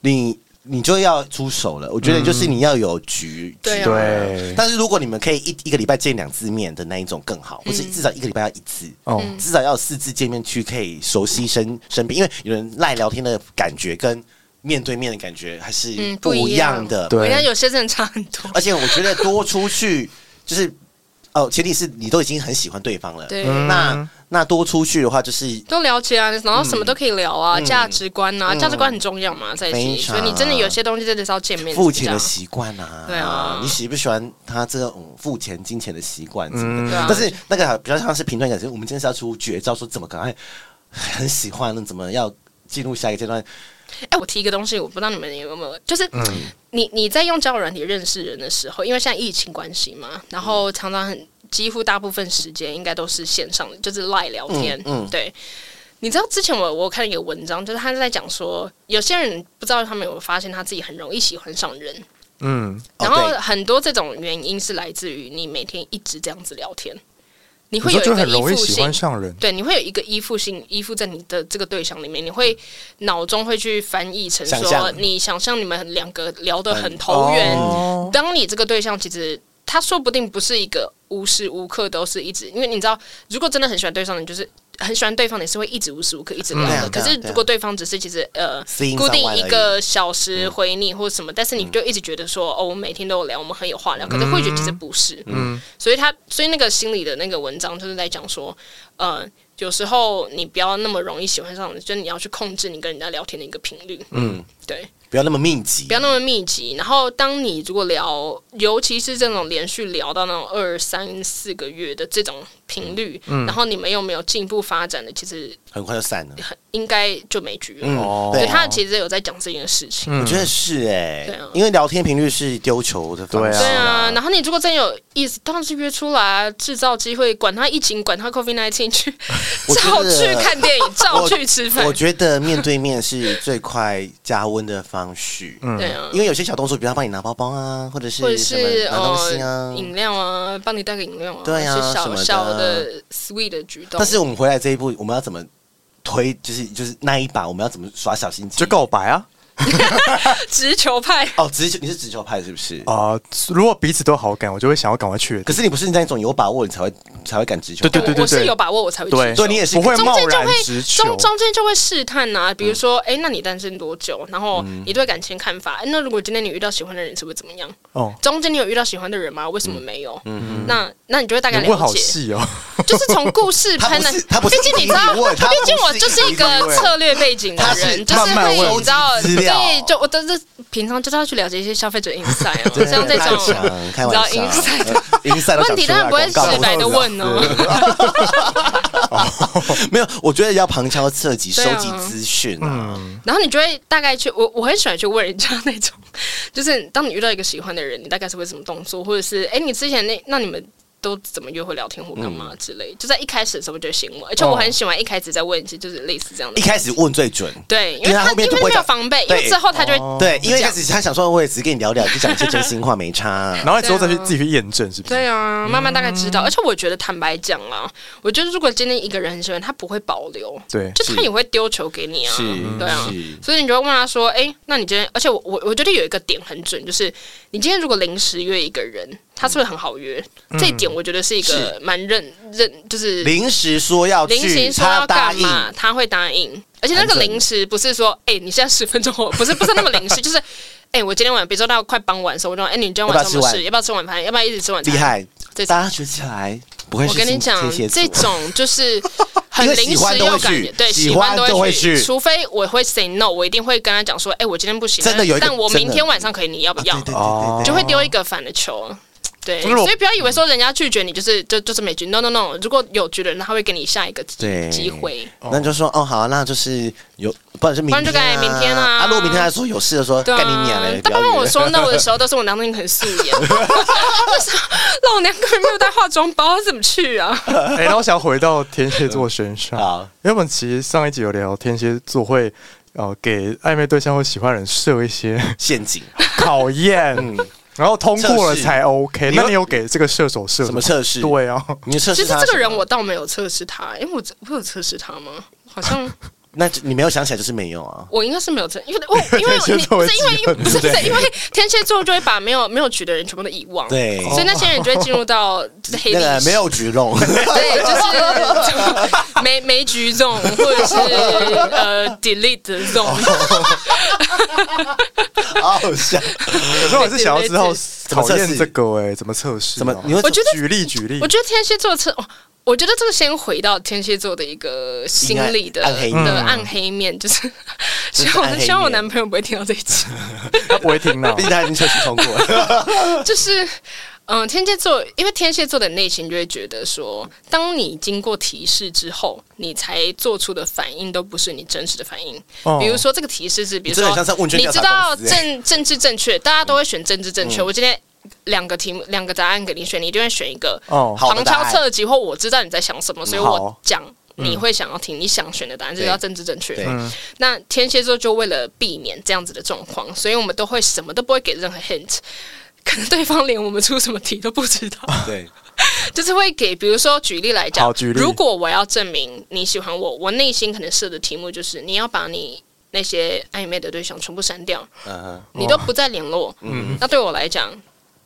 B: 你你就要出手了。我觉得就是你要有局，
A: 对啊
C: 对，
B: 但是如果你们可以一一个礼拜见两次面的那一种更好，或是至少一个礼拜要一次，
C: 哦
B: 哦，至少要有四次见面去可以熟悉身身边，因为有人赖聊天的感觉跟面对面的感觉还是
A: 嗯不
B: 一
A: 一样
B: 样的。
C: 对
A: 我应该有些真的差很多。
B: 而且我觉得多出 去就是哦，前提是你都已经很喜欢对方了。
A: 对，
B: 那那多出去的话，就是
A: 都聊起来，然后
B: 嗯
A: 什么都可以聊啊，价、值观啊，价、值观很重要嘛，在一
B: 非
A: 起，
B: 常
A: 所以你真的有些东西真的是要见面
B: 付钱的
A: 这样
B: 习惯啊，
A: 对啊
B: 你喜不喜欢他这种付钱、金钱的习惯什么的？
A: 对啊
B: 但是那个比较像是评断感情，我们今天是要出绝招，说怎么赶快很喜欢，怎么要进入下一个阶段？
A: 哎、我提一个东西，我不知道你们有没有，就是、
C: 嗯
A: 你你在用交友软体认识人的时候，因为现在疫情关系嘛，然后常常很几乎大部分时间应该都是线上的，就是赖聊天，
B: 嗯嗯
A: 对。你知道之前我我看一个文章，就是他在讲说，有些人不知道他们有没有发现他自己很容易喜欢上人，
C: 嗯，
B: 哦
A: 然后
B: 对
A: 很多这种原因是来自于你每天一直这样子聊天，你
C: 你
A: 会有
C: 说
A: 一
C: 就
A: 个
C: 很
A: 依
C: 容易
A: 附
C: 喜欢
A: 性，
C: 上人，
A: 对，你会有一个依附性依附在你的这个对象里面，你会脑中会去翻译成
B: 想
A: 说，
B: 象
A: 你想象你们两个聊得很投缘，
C: 哦
A: 当你这个对象其实他说不定不是一个无时无刻都是一直，因为你知道，如果真的很喜欢对方，你就是。很喜欢对方，你是会一直无时无刻一直聊
B: 对啊
A: 的。
B: 对
A: 可
B: 啊
A: 是
B: 对啊
A: 如果对方只是其实呃
B: Seeing
A: 固定
B: someone
A: 一个嗯小时回你或什么，但是你就一直觉得说哦，我们每天都有聊，我们很有话聊。可是或许其实不是，嗯，所以他所以那个心理的那个文章就是在讲说，呃，有时候你不要那么容易喜欢上人，就是你要去控制你跟人家聊天的一个频率，嗯，对。
B: 不要那么密集
A: 不，要那么密集。然后，当你如果聊，尤其是这种连续聊到那种二三四个月的这种频率，然后你们又没有进一步发展的，其实
B: 很快就散了。
A: 很应该就没局了。
C: 哦
B: 对
A: 嗯对他其实有在讲这件事情。
B: 我觉得是哎、
A: 对啊
B: 因为聊天频率是丢球的方式、
C: 对
A: 对啊，然后你如果真有意思，当然是约出来，制造机会，管他疫情，管他 COVID nineteen，去
B: 我觉
A: 照
B: 得
A: 去看电影，照去吃饭
B: 我。觉得面对面是最快加温的方式，嗯，
A: 对啊，
B: 因为有些小动作，比方帮你拿包包啊，或者是
A: 或者
B: 什
A: 是
B: 么拿东西啊
A: 呃，饮料啊，帮你带个饮料啊，
B: 对啊
A: 是
B: 什么
A: 小
B: 的
A: 小的 sweet 的举动。
B: 但是我们回来这一步，我们要怎么推？就是就是那一把，我们要怎么耍小心机？
C: 就告白啊
A: 直球派，
B: 哦，直球你是直球派是不是？
C: 啊！如果彼此都好感，我就会想要赶快去。
B: 可是你不是那种有把握，你才会才会敢直球派。
C: 对对
A: 我是有把握我才会
C: 对，
A: 直球
B: 对你也是
C: 不会
A: 中
C: 贸
A: 间就
C: 然
A: 会
C: 直球
A: 中，中间就会试探呐、
B: 嗯
A: 比如说，哎、那你单身多久？然后你对感情看法、诶那如果今天你遇到喜欢的人，是会怎么样？
C: 哦，
A: 中间你有遇到喜欢的人吗？为什么
B: 嗯
A: 没有？那那你就会大概
C: 你问
A: 了
C: 好
A: 解，
C: 细哦，
A: 就是从故事
B: 他
A: 喷
B: 不
A: 的
B: 是他。不是
A: 毕竟你知道，
B: 一直问他不
A: 毕
B: 是
A: 竟我就是一
B: 一直
A: 个
B: 问
A: 策略背景的人，
B: 他
A: 就是是
B: 慢慢
A: 会
B: 问
A: 你知道，
B: 收集资料
A: 对，就我都是平常就是要去了解一些消费者 insight
B: 对
A: 哦，像这
B: 开玩笑
A: 种
B: 开玩
A: 你知
B: 笑
A: 道 inside
B: 呃 inside 都想
A: 问题，
B: 出来
A: 当然不会
B: 广告
A: 直白的问哦。
B: 没有，我觉得要旁敲侧击收
A: 对啊
B: 集资讯啊。
A: 然后你就会大概去，我我很喜欢去问人家那种，就是当你遇到一个喜欢的人，你大概是会什么动作，或者是哎、诶你之前那那你们都怎么约会、聊天或干嘛之类，就在一开始的时候就先问，而且我很喜欢一开始在问一些就是类似这样的
B: 一，开始问最准，
A: 对，因
B: 因为
A: 为
B: 他
A: 他
B: 后面
A: 因
B: 就不会
A: 为他没有
B: 讲
A: 防备，因为之后他就会
B: 对，因为一
A: 哦
B: 开
A: 这样
B: 始他想说，我也只是跟你聊聊，就讲一些真心话，没差 啊。
C: 然后之后再去
A: 对啊
C: 自己去验证，是不是？
A: 对啊，慢慢大概知
B: 嗯
A: 道。而且我觉得坦白讲啊，我觉得如果今天一个人很喜欢，他不会保留，
C: 对
A: 就他也会丢球给你啊，
B: 是
A: 对啊
B: 是，
A: 所以你就会问他说，哎、那你今天，而且我我我觉得有一个点很准，就是你今天如果临时约一个人，他是不是很好约？这一点我觉得是一个
B: 嗯是
A: 蛮认认，就是
B: 临时说要
A: 临
B: 去，
A: 时说
B: 他
A: 要
B: 答
A: 干
B: 应，
A: 嘛，他会答应。而且那个
B: 很准
A: 临时不是说，哎、你现在十分钟后，不是不是那 么临时，就是，哎、我今天晚上，比如说到快傍晚的时候，我就说，哎、你今天晚上有什么事？
B: 要
A: 要不要吃晚饭？要不要一直吃晚餐？
B: 厉害，
A: 这种
B: 大家学起来不会
A: 我
B: 是
A: 跟你讲
B: 天蝎，座
A: 这 种就是很
B: 因为喜
A: 临
B: 欢
A: 时
B: 都会
A: 又
B: 去
A: 感觉，对，
B: 喜
A: 喜
B: 欢
A: 欢
B: 都
A: 都
B: 会
A: 会
B: 去
A: 除非我会 say no，我一定会跟他讲说，哎，我今天不行，
B: 真的有一个
A: 但我
B: 真的啊
A: 明天晚上可以，你要不要
B: 对？对
C: 哦
B: 对对
A: 就会丢一个反的球。对，
C: 可是我
A: 所以不要以为说人家拒绝你就是就就是没局，no no no，如果有局的人，他会给你下一个
B: 对
A: 机机会。
B: 那你就说哦好，那就是有，不然是明
A: 不然就改明天啊
B: 啊，如果明天他说有事的时候，
A: 对
B: 干你娘
A: 啊
B: 嘞！，
A: 他
B: 不要
A: 们问我
B: 约
A: 说 no 的时候，都是我娘那很素颜， 我说老娘根本没有带化妆包，我怎么 去啊？
C: 哎，然后想回到天蝎座身上，
B: 好，
C: 因为我们其实上一集有聊天蝎座会哦给暧昧对象或喜欢人设一些
B: 陷阱，
C: 考验，然后通过了
B: 嗯测试
C: 才 OK。
B: 你
C: 那
B: 有
C: 你有给这个射手设
B: 什么测试
C: 对啊，
B: 你测
A: 其
B: 试
A: 实
B: 他
A: 这个
B: 什
A: 人
B: 么
A: 我倒没有测试他，因为我我有测试他吗？好像
B: 那就你没有想起来就是没有啊。
A: 我应该是没有测，因为 我因为
C: 天蝎
A: 你
C: 座
A: 不
C: 会
A: 是因
C: 记
A: 为
C: 恨
A: 不是不
C: 对
A: 是因为天蝎座就会把没有没有局的人全部都遗忘，
B: 对
A: 所以那些人就会进入到就是黑
B: 那个
A: 历史
B: 没。有举 动，
A: 对，就是 没没局这种，或者是呃 delete 这种，
B: 好好笑。
C: 可是我是想要知道
B: 么
C: 考
B: 测试
C: 验这个哎、怎么测试啊？
B: 怎么？你会
A: 我觉得
C: 举例举例
A: 我？觉得天蝎座测，哦我觉得这个先回到天蝎座的一个心理的
B: 阴暗暗黑面
A: 的暗黑面，就是
B: 这
A: 希
B: 是
A: 望
B: 暗黑
A: 我希望我
B: 面
A: 男朋友不会听到这一集，
C: 他不会 听的、
B: 毕竟他已经测试通过了。
A: 就是。嗯，天蝎座，因为天蝎座的内心就会觉得说，当你经过提示之后，你才做出的反应都不是你真实的反应。
C: 哦
A: 比如说，这个提示是，比如
B: 你真的
A: 说
B: 很像在问，卷
A: 你
B: 调
A: 知
B: 查
A: 道
B: 公司欸
A: 政政治正确，大家都会选政治正
B: 嗯
A: 确。我今天两个题目、两个答案给你选，你就会选一个
C: 哦
B: 好的
A: 旁
B: 答案
A: 敲侧击，或我知道你在想什么，所以我
C: 好
A: 讲你会想要听你想选的答案，这
B: 嗯对
A: 叫政治正确。
B: 对
A: 那天蝎座就为了避免这样子的状况，所以我们都会什么都不会给任何 hint，可能对方连我们出什么题都 不知道，
B: 对，
A: 就是会给，比如说举例来讲
C: 好举，例
A: 如果我要证明你喜欢我，我内心可能设的题目就是你要把你那些暧昧的对象全部删掉，
B: 嗯哼，
A: 你都不再联络，那对我来讲，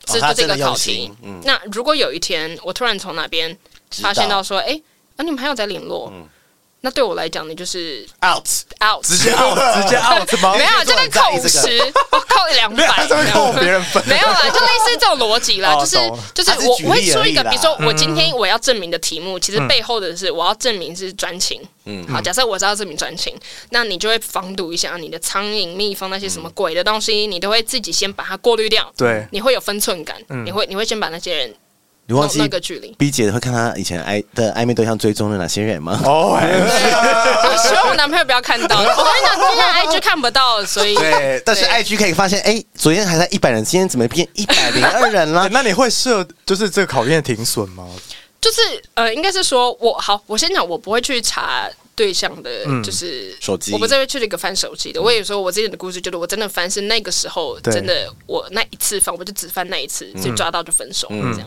A: 这
B: 嗯哦他
A: 就这
B: 真的
A: 个
B: 用
A: 考题
B: 心嗯。
A: 那如果有一天我突然从哪边
B: 知道嗯
A: 发现到说，哎，啊你们还有在联络，那对我来讲，你就是
B: out，
A: out，
C: 直接 out 直接 out 吗？
A: 没有，就在扣五十，扣两
C: 没有，他
A: 百，
C: 是会扣别人分。
A: 没有啦，就类似这种逻辑啦，
C: 哦
A: 就是
C: 懂
A: 就是
B: 他是
A: 我
B: 举
A: 我会
B: 例
A: 出
B: 而
A: 一
B: 已
A: 个，
B: 啦
A: 比如说我今天我要证明的题目，其实背后的是我要证明是专情。嗯，好，假设我知道证明专情，那你就会防堵一下你的苍蝇、蜜蜂那些什么鬼的东西，你都会自己先把它过滤掉。
C: 对
A: 你会有分寸感，你会你会先把那些人
B: 你忘
A: 弄
B: 记
A: 哦那个距离。
B: B 姐会看她以前暧的暧昧对象追踪了哪些人 吗？
C: 哦，
A: 我希望我男朋友不要看到，我跟你讲，现在 IG 看不到，所以
B: 对，哎但是
A: 对
B: IG 可以发现，哎，昨天还在一百人，今天怎么变一百零二人
C: 哎
B: 了？
C: 那你会设就是这个考验停损吗？
A: 就是呃，应该是说我好，我先讲，我不会去查对象的，就是、
B: 手机
A: 我不再会去那个翻手机的。我也说我之前的故事，就是我真的翻是那个时候，
C: 对
A: 真的我那一次翻，我就只翻那一次，所以抓到就分手、这样。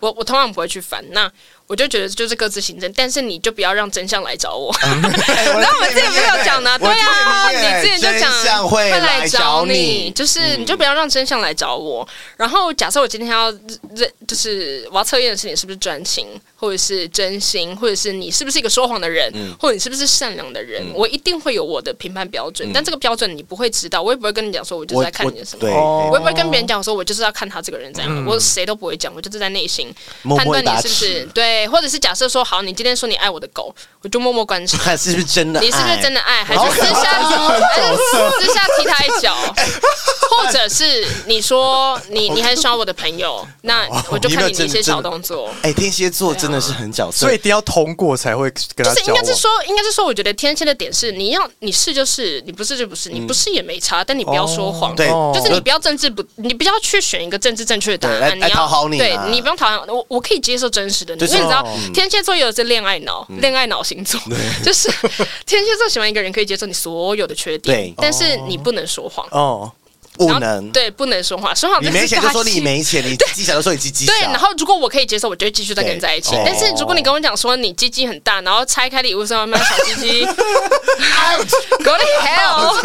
A: 我我通常不会去翻，那我就觉得就是各自行政，但是你就不要让真相来找我。然后我们之前不是有讲呢，对啊，
B: 我
A: 你之前就
B: 真相
A: 讲
B: 会来
A: 来
B: 找
A: 找
B: 你嗯
A: 就是你就不要让真相来找我。然后假设我今天要认，就是我要测验的是你是不是专情，或者是真心，或者是你是不是一个说谎的人，
B: 嗯
A: 或者你是不是善良的人，我一定会有我的评判标准。但这个标准你不会知道，我也不会跟你讲说我就是在看你的什
B: 嗯
A: 么。
B: 对，
C: 哦
A: 我也不会跟别人讲说，我就是要看他这个人怎样，我谁都不会讲，我就是在内心
B: 默
A: 判
B: 默
A: 断
B: 地
A: 你
B: 打
A: 是不是
B: 气
A: 对，或者是假设说，好，你今天说你爱我的狗，我就默默观察，
B: 看是不是真的爱？
A: 你是不是真的爱，还
B: 好
A: 是
B: 可
A: 私下还是私下踢他一脚， 或者是你说你你很喜欢我的朋友，那
B: 哦
A: 我就看你的一些小动作。
B: 哎，天蝎座真的是很角色，
C: 所以一定要通过才会
A: 就
C: 跟他
A: 是
C: 交
A: 应
C: 往
A: 该是。说，应该是说，我觉得天蝎的点是，你要你是就是，你不是就不是，你
B: 嗯
A: 不是也没差，但你不要说谎。
B: 对
C: 哦
A: 就是你不要政治不，你不要去选一个政治正确的答
B: 对来
A: 案，你要
B: 来讨好你啊
A: 对你不用讨好我，我可以接受真实的你，
B: 就
A: 因
B: 是
A: 为你知道
C: 哦
A: 天蝎座也有是恋爱脑，
B: 嗯
A: 恋爱脑星座， 就是天蝎座喜欢一个人可以接受你所有的缺
B: 对
A: 点，但是你不能说谎，
C: 哦，
B: 不
A: 然后
B: 能。
A: 对，不能说谎，说谎
B: 你
A: 就是
B: 没钱就
A: 大
B: 说你
A: 忌
B: 没钱，你积小就说你积积小。
A: 对，然后如果我可以接受，我就会继续再跟你在一起
B: 对。
A: 但是如果你跟我讲说你鸡鸡很大，然后拆开礼物上面小鸡鸡，Go to hell！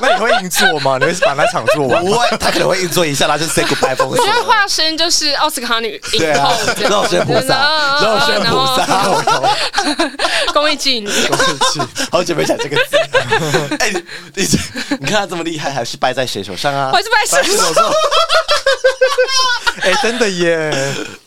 C: 那你会硬做 吗？你会把那场做完
B: 不
C: 吗？
B: 会，他可能会硬做一下，然后就 say goodbye 封
A: 我
B: 锁
A: 觉。得化身就是奥斯卡女
B: 对
A: 影
B: 啊
A: 后这样，
B: 肉身菩萨，
A: 真的
B: 肉身菩，
A: 嗯
B: 萨，
A: 嗯嗯宫益妓女。
B: 好久没讲这个字。 哎，你你你看他这么厉害，还是败在谁手上啊
A: 我？还是拜
C: 白
A: 神。
C: 手座， 哎，真的耶！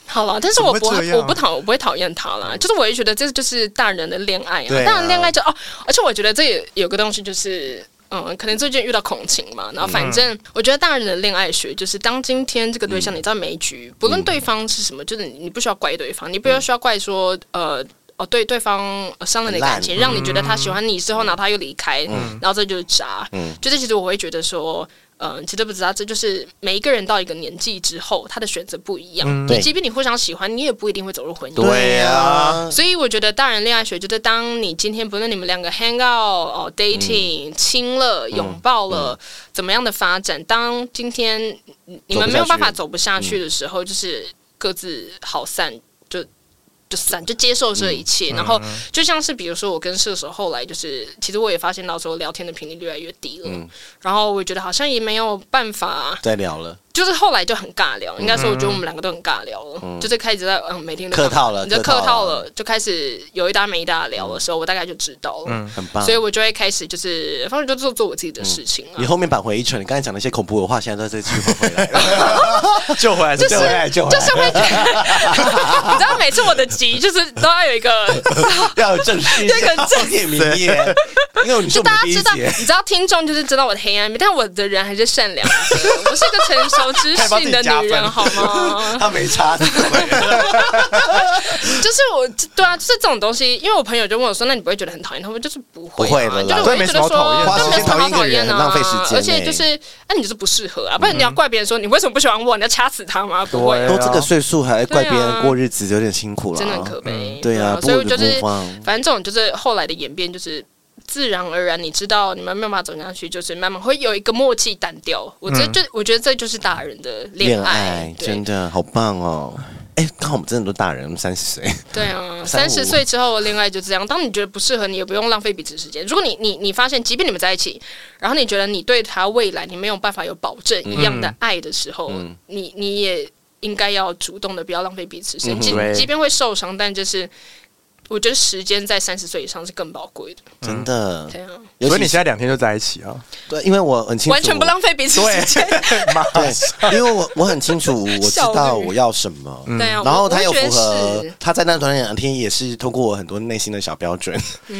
A: 好了，但是我不
C: 怎么会这样哦
A: 我不讨我不会讨厌他啦，就是我会觉得这就是大人的恋爱啊，
B: 对啊
A: 大人恋爱就哦，而且我觉得这也有个东西就是。嗯，可能最近遇到孔晴嘛，然后反
C: 嗯
A: 正我觉得大人的恋爱学就是，当今天这个对象你知道没局，不论对方是什么，就是你你不需要怪对方，你
C: 嗯
A: 不要需要怪说呃哦对对方呃伤了你的感
C: 嗯
A: 情，让你觉得他喜欢你之后，然后他又离开，然后这就是渣。就是其实我会觉得说，呃，其实不知道，这就是每一个人到一个年纪之后，他的选择不一样。
C: 嗯
B: 对
A: 你即便你互相喜欢，你也不一定会走入婚姻。
B: 对啊，
A: 所以我觉得大人恋爱学就是当你今天不论你们两个 hang out 哦
B: 嗯
A: dating 亲了拥抱了怎么样的发展，当今天你们没有办法走不下去的时候，就是各自好散就。就散，就接受这一
B: 嗯
A: 切，然后就像是比如说，我跟射手后来就是，其实我也发现到说聊天的频率越来越低了，
B: 嗯
A: 然后我觉得好像也没有办法，
B: 再聊了，
A: 就是后来就很尬
B: 嗯
A: 聊，应该说我觉得我们两个都很尬聊了，就是开始在嗯每天都
B: 客套了
A: 你就
B: 客套
A: 客套
B: 了
A: 了，就开始有一搭没一搭聊的时候，我大概就知道了，
C: 嗯
B: 很棒嗯
A: 所。以我就会开始就是反正就做做我自己的事情啊
B: 你
A: 了。
B: 后面扳回一城，你刚才讲那些恐怖的话，现在都在这句话回来了。
C: 救回 来，
A: 就是
C: 救回来
B: 就回
A: 就是 会觉得，你知道每次我的急就是都要有一 个，
B: 要有正式，
A: 这个正
B: 正面名耶，因为你是
A: 就
B: 我们
A: 大
B: 的
A: 家
B: 第一
A: 知道，
B: 节，
A: 你知道听众就是知道我的黑暗面，但我的人还是善良的，我是一个成熟 知
C: 还帮
A: 性
C: 自己
A: 的
C: 加
A: 女人，
C: 分
A: 好吗？
B: 他没 差，啊
A: 就是我，对啊，就是这种东西，因为我朋友就问我说：“那你不会觉得很讨厌他们？”就是不会、啊，
B: 不会的啦
A: 就是我
C: 对
A: 会
C: 没
A: 觉
C: 什
A: 得
C: 么
A: 说，
C: 好讨厌
B: 花
A: 就
B: 时
A: 没
B: 间
A: 什
B: 讨
A: 么好
B: 厌一个
A: 讨厌
B: 人很
A: 啊，
B: 浪费时间
A: 而且
B: 欸
A: 就是，哎、你就是不适合啊，不然你要怪别人说你为什么不喜欢我，你要掐死他吗？不会啊，
C: 对
B: 都这个岁数还怪别
A: 对啊
B: 人过日子，有点辛苦了，啊
A: 真的很可悲。
B: 对啊
A: 所以我就
B: 不如
A: 是
B: 不放，
A: 反正这种就是后来的演变，就是自然而然，你知道你们没有办法走下去，就是慢慢会有一个默契淡掉。我这就、我觉得这就是大人的
B: 嗯恋
A: 爱
B: 爱，真
A: 的
B: 的好棒哦！哎，刚好我们真的都大人，我们三十岁，
A: 对啊。
B: 三
A: 三
B: 五
A: 十岁之后的恋爱就这样，当你觉得不适合，你也不用浪费彼此时间。如果你你你发现，即便你们在一起，然后你觉得你对他未来你没有办法有保证一样的爱的时候，
B: 嗯
A: 你你也应该要主动的，不要浪费彼此时间。即
B: 嗯
C: 对
A: 即便会受伤，但就是。我觉得时间在三十岁以上是更宝贵的。
B: 真的。
A: 嗯对啊，
B: 尤
C: 所以
B: 其
C: 你
B: 是
C: 现在两天就在一起啊？
B: 对，因为我很清楚，啊
A: 完全不浪费彼此时间。
C: 妈，
B: 对，因为我我很清 楚，我知
A: 效率
B: 道我要什么。
C: 嗯
A: 对啊，
B: 然后
A: 我
B: 他又符合
A: 我觉得是，
B: 他在那短短两天也是通过我很多内心的小标准，
A: 我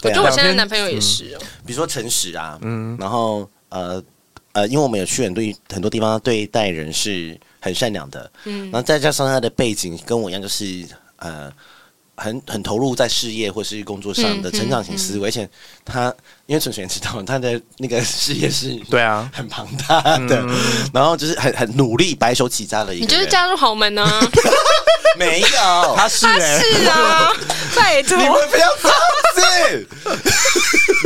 B: 对啊嗯
A: 觉得我现在的男朋友也是哦，
B: 比如说诚实啊，嗯，然后呃呃，因为我们有去很多很多地方对待人是很善良的，嗯，然后再加上他的背景跟我一样，就是呃很很投入在事业或是工作上的
A: 嗯
B: 成长型思维，而且他因为纯纯也知道他的那个事业是
C: 对啊，
B: 很庞大的，然后就是很很努力白手起家的一
A: 你
B: 个
A: 就
B: 人，
A: 是加入豪门呢？啊
B: 没有，
C: 他是
A: 他
C: 哎，
A: 是啊，拜托，
B: 欸你们不要这样子。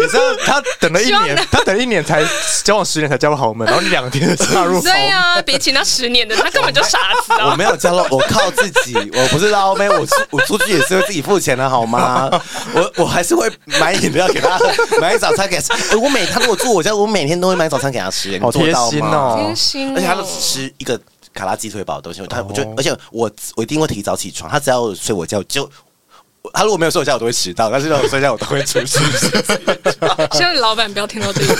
C: 你知道他等了一
A: 希望
C: 年，他等了一年才交往十年才加入豪门，然后你两天就加入豪
A: 对
C: 门，
A: 啊，比起那十年的他根本就傻子
B: 我
A: 啊！
B: 没有交了，我靠自己，我不是捞妹，我出我出去也是会自己付钱的好 吗？我我还是会买饮料给他喝，买早餐给他吃。 哎我每他如果住我家，我每天都会买早餐给他吃，你
C: 好
B: 做
C: 贴
B: 到
C: 心
B: 吗？
C: 哦
A: 贴。心哦，
B: 而且他都只吃一个卡拉鸡腿堡的东西，他我就、
C: 哦
B: 而且我我一定会提早起床，他只要有睡我觉就。他如果没有睡我觉，我都会迟到；但是如果有睡觉，我都会出 事。
A: 希望你老板不要听到这个。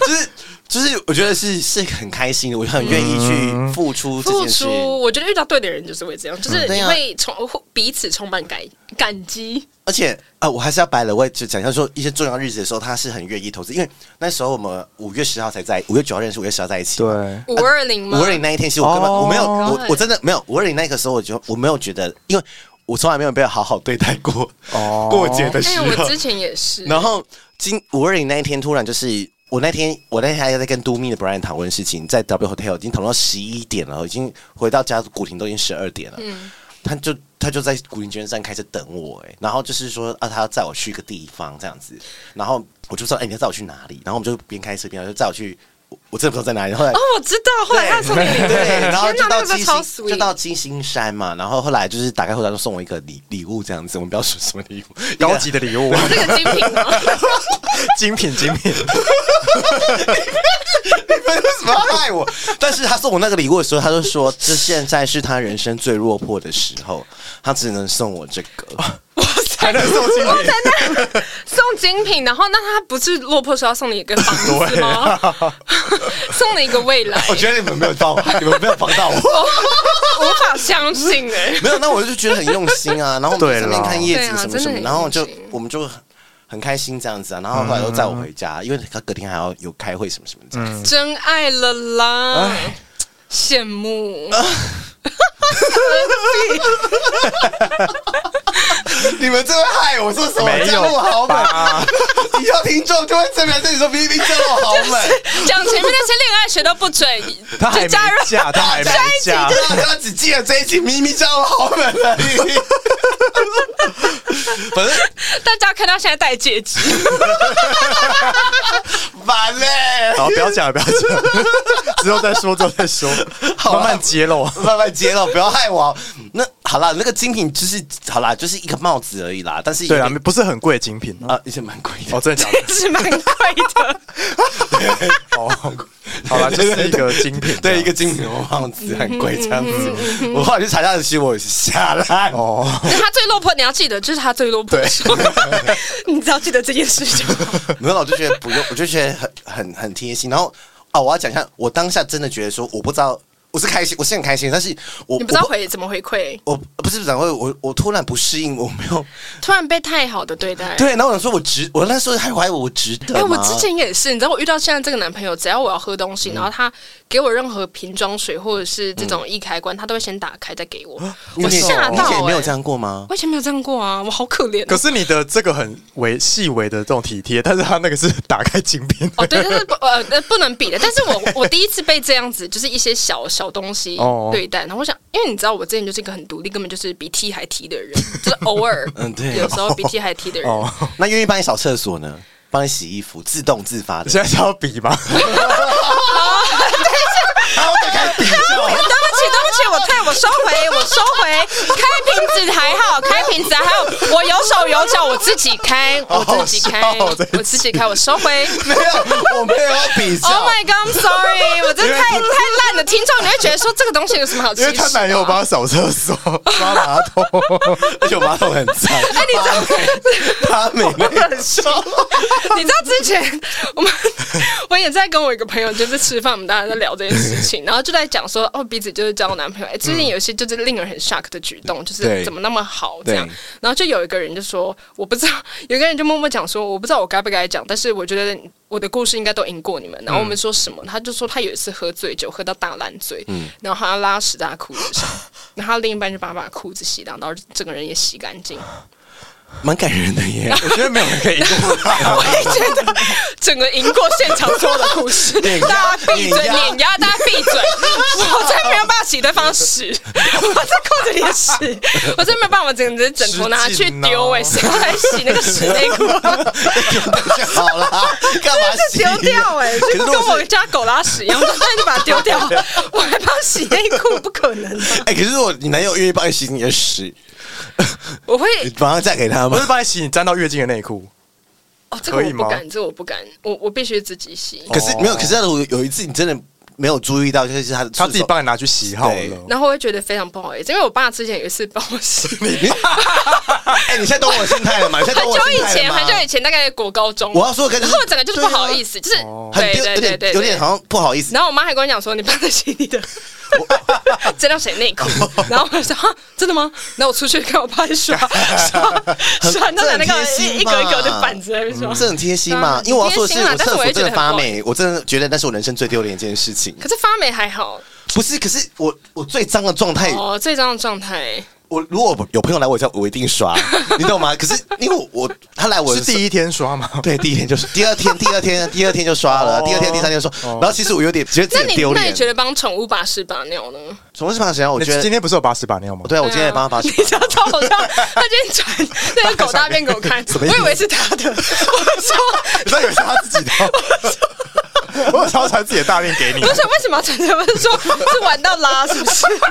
B: 就是就是，我觉得是是很开心的，我很愿意去付出这
A: 付
B: 件事。
A: 出，我觉得遇到对的人就是会这样，就是
B: 对
A: 你
B: 啊
A: 会充彼此充满感感激。
B: 而且啊、呃我还是要白了，我也就讲一下说一些重要日子的时候，他是很愿意投资，因为那时候我们五月十号才在，五月九号认识，五月十号在一起。
C: 对，
A: 五二零
B: 五
A: 吗？
B: 二零那一天，其实我根本、
C: 哦
B: 我没有，
A: 搞
B: 我
A: 很
B: 我真的没有五二零那个时候，我就我没有觉得，因为我从来没有被好好对待过。
C: 哦
B: 过节的时
A: 哎，
B: 候，
A: 我之前也是，
B: 然后今五二零那一天，突然就是我那天我那天还在跟都密的 Brian 讨论事情，在 W Hotel 已经讨论到十一点了，已经回到家古亭都已经十二点了。
A: 嗯
B: 他就他就在古亭捐站开始等我、哎，然后就是说啊，他要载我去一个地方这样子，然后我就说，哎、你要载我去哪里？然后我们就边开车边聊，就载我去，我我真的不知道在哪里。然后后来
A: 哦，我知道，后来他送你礼物，
B: 对，然后
A: 天哪
B: 就
A: 那
B: 到
A: 个
B: 金
A: 超
B: 星，
A: sweet，
B: 就到金星山嘛。然后后来就是打开后台就送我一个礼礼物这样子，我们不要说什么礼物，一个
C: 高级的礼物，
A: 这个精品吗？
C: 精品精品，
B: 为什么要害我？但是他送我那个礼物的时候，他就说这现在是他人生最落魄的时候，他只能送我这个。
C: 还能送精品，
A: 送精品，然后那他不是落魄时候要送你一个房子吗？送你一个未 来，
B: 我觉得你们没有帮我，你们没有帮到我。
A: 无法相信哎、
B: 没有，那我就觉得很用心啊。然后我们
C: 对啦
B: 这边看夜景什么
A: 对啊
B: 什
A: 真的
B: 么，
A: 很
B: 然后就
A: 用心
B: 我们就很开心这样子啊。然后后来又载我回家，因为他隔天还要有开会什么什么这
C: 嗯
B: 样子。
A: 真爱了啦，羡慕。
B: 你们这会害我说什么？
C: 没有
B: 这样我好美，以后听众就会这边对你说，明明这我好 美，
A: 讲前面那些恋爱学都不准，
C: 他还
A: 就
C: 没
A: 加入
C: 嫁，他还没嫁，
B: 他他只记得这一集，明明这我好美而已。
C: 反正
A: 大家看到现在戴戒指，
B: 完嘞、
C: 好，不要讲了，不要讲了，之后再说，之后再说，慢慢揭露。
B: 慢慢揭露，不要害我。那好啦，那个精品就是好啦，就是一个帽子而已啦。但是
C: 对啊，
B: 也
C: 不是很贵的精品啊。
B: 啊，也是蛮贵的。
C: 哦，真的假的？
A: 是蛮贵的。
C: 哦，好啦，就是一个精品，啊
B: 对，一个精品的帽子很贵，这样子。
A: 嗯
B: 我后来去查一下，其实我也是下烂哦。
C: 哦，
A: 但他最落魄，你要记得，就是他最落魄的时候， 你只要记得这件事就好。
B: 没有，我就觉得不用，我就觉得很很很贴心。然后哦，我要讲一下，我当下真的觉得说，我不知道，我是开心，我是很开心，但是我
A: 你不知道回怎么回馈，
B: 我不我不是怎么我我突然不适应，我没有
A: 突然被太好的对待。
B: 对，然后我想说，我值，我那时候还怀疑我值得
A: 哎、
B: 吗。
A: 我之前也是，你知道我遇到现在这个男朋友，只要我要喝东西，然后他给我任何瓶装水或者是这种易开关，他都会先打开再给我，
B: 你
A: 我
B: 以前
A: 吓
B: 你以
A: 到、
B: 前
A: 欸。
B: 没有这，样过吗？
A: 我以前没有这样过啊，我好可怜、
C: 可是你的这个很微细微的这种体贴，但是他那个是打开精品
A: 哦， 对，但是不呃呃不能比的。但是我 我第一次被这样子，就是一些小小东西
C: 哦
A: 对待。然后我想，因为你知道我之前就是一个很独立，根本就是比 T 还 T 的人， 就是偶尔
B: 嗯对
A: 有时 候比 T 还 T 的人。
C: 哦。
B: 那愿意帮你扫厕所呢？帮你洗衣服，自动自发的。
C: 现在是要比吗？
B: 然后就开始比
A: 哎对不起，对不起，我退，我收回，我收回。 开瓶子还好，开瓶子还好，我有手有脚，我自己开，我自己开，
C: 哦好笑
A: 我自己开，我收回。
B: 没有，我没有要比 较
A: Oh。my god, I'm sorry，我真的太太烂了。听众你会觉得说这个东西有什么好？
C: 因为她男友帮。她扫厕 所、刷马桶，
B: 而且我马桶很脏， 八美八美那种，
A: 你知道之前我们 我也在跟我一个朋友就是吃饭，我们大家在聊这件事情，然后就在讲说哦，彼此就是交男朋友。哎、最近有一些就是令人很 shock 的举动，就
B: 嗯
A: 是
B: 对
A: 怎么那么好这样
B: 对。
A: 然后就有一个人就说，我不知道，有一个人就默默讲说，我不知道我该不该讲，但是我觉得。我的故事应该都赢过你们。然后
B: 嗯
A: 我们说什么？他就说他有一次喝醉酒，喝到大烂醉，
B: 嗯
A: 然后他拉屎在他裤子上，然后他另一半就把他把裤子洗掉，然后整个人也洗干净。
B: 蛮感人的耶。
C: 我觉得没有人可以赢过她。
A: 我也觉得整个赢过现场所有的故 事，
B: 碾压
A: 大家闭嘴，
B: 碾压
A: 碾压大家闭嘴！我真没有办法洗对 方屎，我在裤子里的屎，我真没有办法，我整个枕头拿去丢 哎、
C: 失
A: 谁要来洗那个屎内裤？
B: 好啦，干嘛洗？
A: 丢掉哎、
B: 可是
A: 就
B: 如
A: 跟
B: 果
A: 我
B: 是
A: 家狗拉屎一样，我就就把它丢 掉，我还帮它洗内裤，不可能啊、
B: 哎，可是如果你男友愿意帮你洗你的屎，
A: 我会
B: 你马上嫁给他
C: 我
B: 吗
C: 是？帮你洗你沾到月经的内裤，
A: 哦，这个
C: 可
A: 我
C: 以
A: 不
C: 吗
A: 敢，这个我不敢，我我必须自己洗。
B: 可是没有，可是如果有一次你真的没有注意到，就是他的
C: 他自己
B: 触手
C: 帮你拿去洗好
B: 对
C: 了。
A: 然后我会觉得非常不好意思，因为我爸之前有一次帮我洗，
B: 哎、你现在懂我心态了吗？你现在
A: 很
B: 懂我
A: 久
B: 心
A: 以
B: 态
A: 前，
B: 了吗？
A: 很久以前，大概国高中。
B: 我要说的
A: 然
B: 就是
A: 后我整个就是不好意思，就是
B: 很
A: 对
B: 丢，
A: 对
B: 有
A: 对对，
B: 点有点好。像不好意思。
A: 然后我妈还跟我讲说，你不要再洗你的， 这条谁内裤？
B: 哦
A: 然后我就说哈，真的吗？然后我出去看我爸 在刷刷刷，
B: 这
A: 啊那拿
B: 很
A: 那个
B: 贴心
A: 一 格一格的
B: 嘛
A: 板子在那边刷。
B: 这很贴心嘛，
A: 嗯
B: 因为我要说的是，
A: 很贴心啦
B: 我厕所真的发
A: 但是我也
B: 霉，我真的觉得那是我人生最丢脸的一件事情。
A: 可是发霉还好
B: 不是，可是我我最脏的状态，
A: 哦，这张的状态
B: 我如果有朋友来我家，我一定 刷，你懂吗？可是因为我他来我
C: 是第
B: 一
C: 一天刷 吗？
B: 对第一天就是，第二天第二天第二天就刷了，
C: 哦
B: 第二天第三天就刷，然后其实我有点觉得自
A: 那
B: 己很
A: 你
B: 丢
A: 那你
B: 脸
A: 觉。得帮宠物把屎把尿呢？
B: 什么是怕谁啊？我
C: 你
B: 觉
C: 今
B: 得
C: 天不是有把屎把尿吗？
B: 对啊，我今天也帮他把屎
A: 你知道超好笑，他今 天传那个狗大便给我看，我以为是他的，我 说
C: 你知道以为是 他自己的， 我超传自己的大便给你
A: 不，是为什么要传这？不是说是玩到拉是不是？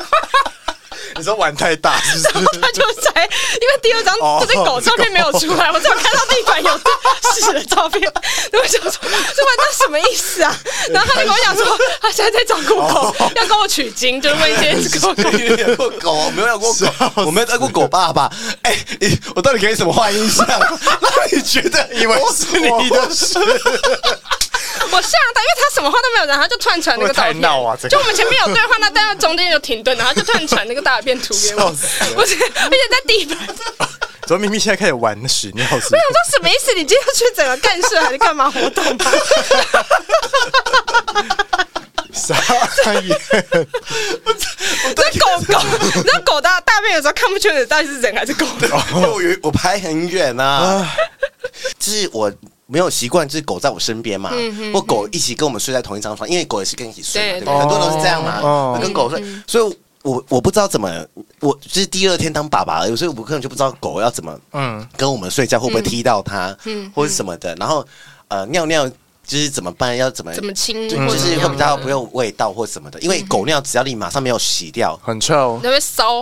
C: 你说玩太大是不
A: 然
C: 是
A: 后？他就在，因为第二张
C: 哦
A: 这只狗照片没有出来，我只有看到地板有屎的照片， 然后我想说这玩到什么意思 啊？然后他就跟我讲说，他现在在找狗狗，
C: 哦
A: 要跟我取经，就是问一些狗狗。
B: 你 养过狗？我没有养过狗，我没有当过狗爸爸。哎、你我到底给你什么坏印 象？让你觉得以
C: 以为是你的屎，
A: 我吓到，因为他什么话都没有讲，他就突然传那个照
C: 会不会太
A: 片。
C: 闹啊这个
A: 就我们前面有对话，那但他中间就停顿，然后他就突然传那个大便图给我，
C: 笑死
A: 我是而且在地板。
C: 怎么明明现在开始玩屎尿是不
A: 我
C: 是？
A: 想说什么意思？你今天要去整个干事还是干嘛活动吗？
C: 傻眼，
A: 这狗狗，那狗大大便的时候看不清楚到底是人还是狗。
B: 我以为我拍很远啊，就是我没有习惯，就是狗在我身边嘛，或狗一起跟我们睡在同一张床，因为狗也是跟你一起睡嘛，
A: 嗯对嗯
B: 对不对？很多都是这样
C: 哦
B: 嘛，跟狗睡，所以我我不知道怎么，我就是第二天当爸爸而已，所以我可能就不知道狗要怎么
C: 嗯，
B: 跟我们睡觉会不会踢到它，
A: 嗯
B: 或是什么的，然后呃尿尿就是怎么办，要怎么
A: 怎么亲
B: 对
A: 或
B: 就
A: 者
B: 是
A: 怎
B: 会
A: 样
B: 比较不用味道或什么的，因为狗尿只要你马上没有洗掉，
C: 很臭
A: 那，边骚，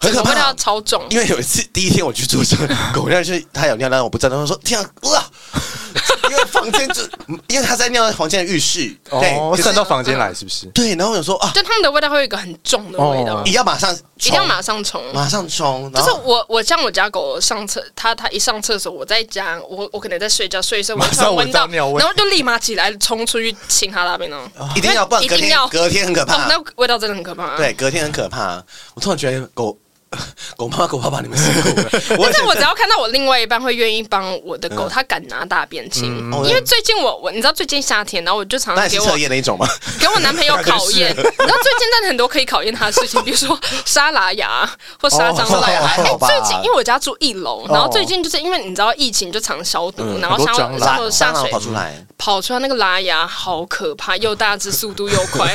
B: 很可怕
A: 味道超重。
B: 因为有一次第一天我去住宿，狗尿就是它有尿，但我不知道，他说天啊， 哇！因为房间就，因为它在尿在房间的浴室，对，
C: 哦，
B: 可
C: 散
B: 是
C: 到房间来是不嗯是？
B: 对，然后我想说啊，
A: 就他们的味道会有一个很重的味道，
C: 哦
B: 一定要马上冲，
A: 一定要马上冲。
B: 马上冲，
A: 就
B: 然
A: 是
B: 后
A: 我，我像我家狗上厕，它它一上厕所，我在家，我我可能在睡觉，睡一睡，我
C: 马
A: 突
C: 上
A: 然闻
C: 闻到
A: 到，
C: 尿味
A: 然后就立马起来冲出去亲它大便呢。
B: 啊一定要，不然隔
A: 一定要
B: 天隔天很可
A: 哦，
B: 怕，
A: 那味道真的很可怕、啊。
B: 对，隔天很可怕。我突然觉得狗 狗妈妈狗爸爸你们辛苦了，
A: 但是我
B: 我
A: 只要看到我另外一半会愿意帮我的狗，
B: 嗯
A: 它敢拿大便亲，
B: 哦
A: 因为最近我我你知道最近夏天，然后我就常
B: 那
A: 常
B: 也
A: 给
B: 是
A: 我
B: 彻夜那一种吗？
A: 给我男朋 友考验。你知道最近真的很多可以考验他的事情，比如说沙拉牙或沙张
C: 哦沙
B: 拉牙
A: 哎
B: 还好吧
A: 最近因为我家住一楼，然后最近就是因为你知道疫情就常消毒，然后
C: 嗯很多蟑
A: 像
C: 螂
A: 然后下
B: 蟑螂
A: 水嗯
B: 跑出来，
A: 跑出来那个拉牙好可怕，又大只，速度又 快，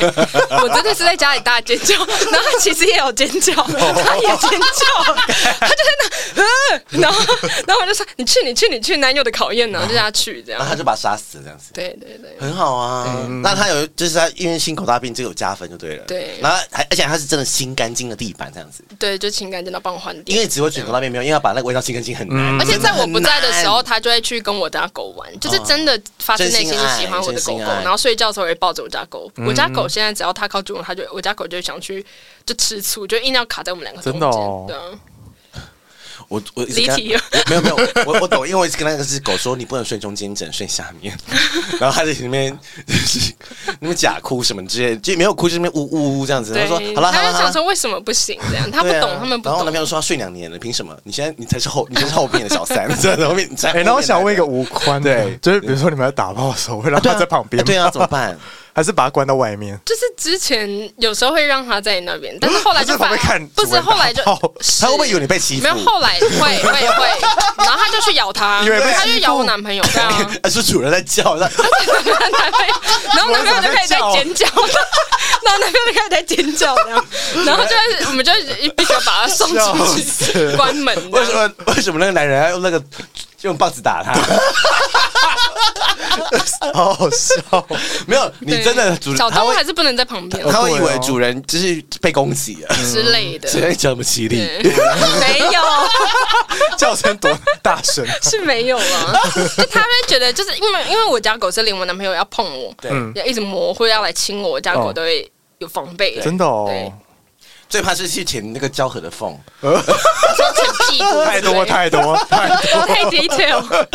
A: 我真的是在家里大尖叫，然后他其实也有尖叫，
C: 哦
A: 他也尖 叫，他就在那，嗯，然后然后我就说你去你去你去，男友的考验呢，就让他去这样
B: 然
C: 啊
B: 后，他就把它杀死了这样子。
A: 对对对，
B: 很好啊，
C: 嗯
B: 那他有就是他因为心口大病，这个有加分就对了。
A: 对
B: 然后还而且他是真的清干净的地板这样子，
A: 对就情感真的帮我换
B: 因
A: 电。
B: 为只会选口大便没有，因为要把那个味道清干净很
C: 嗯
B: 难。
A: 而且在我不在的时候，
B: 真很难，
A: 他就会去跟我家狗
C: 哦
A: 玩，就是真的发自内心是喜欢我的狗
B: 真心
A: 狗，
B: 爱
A: 然后睡觉的时候也抱着我家狗。
C: 嗯
A: 我家狗现在只要它靠近我，它就我家狗就想去就吃醋，就硬要卡在我们两个中
C: 真
A: 间。
C: 的哦
A: 对啊，
B: 我我一直跟他
A: 离题了
B: 我没有没有，我我懂，因为我一直跟那个只狗说你不能睡中间，只能睡下 面。然后他在里面 就是那边假哭什么之类的，就没有哭，就那边呜呜呜这样子。他
A: 对
B: 说，好了好
A: 他
B: 了
A: 就
B: 好
A: 想
B: 了。
A: 说为什么不行这样，他不
B: 对啊
A: 懂，他们不
B: 然后我男
A: 懂
B: 朋。友说他睡两年了，凭什么？你现在你才是后，你才是后面的小三，真的后面你才。
C: 哎，那我想问一个无关的，
B: 对
C: 就是比如说你们在打炮的时候，会让
B: 啊，对
C: 他
B: 啊，
C: 在旁边，
B: 对啊，怎么？办？
C: 还是把他关到外面？
A: 就是之前有时候会让他在那边，但是后 来就
C: 他在
A: 反
C: 旁边看
A: 不是
C: 主人打
A: 后来就
C: 炮
A: 是
B: 他会不会以为你被欺负？
A: 没有后来会会会，然后他就去咬他，
C: 以为被
A: 他就
C: 欺
A: 咬我
C: 负
A: 男朋友这样 啊。
B: 是主人在叫， 那
A: 男朋友，然后男朋友就开始在尖叫，然后男朋友就开始在尖叫这样，然后就是我们就必须要把他送出去，关门这
B: 为
A: 样。
B: 什么为什么那个男人要用那个用棒子打他？
C: 好好笑，
B: 没有，你
A: 对
B: 真的主人
A: 小
B: 他
A: 动物
B: 会
A: 还是不能在旁边
B: 他会以为主人就是被攻击了，
A: 之类的，
B: 所以叫什么犀利？
A: 对没有 啊
C: 叫声多大声？
A: 是没有啊，就他会觉得就是因为因为我家狗是连我男朋友要碰我，
B: 对，
A: 要一直磨或要来亲我，我家狗
C: 哦
A: 都会有防备，
C: 真的
A: 对
C: 哦，
B: 最怕是去舔那个胶合的缝，
A: 像舔 屁股之类的，
C: 太多太多 太多，
A: 太 detail，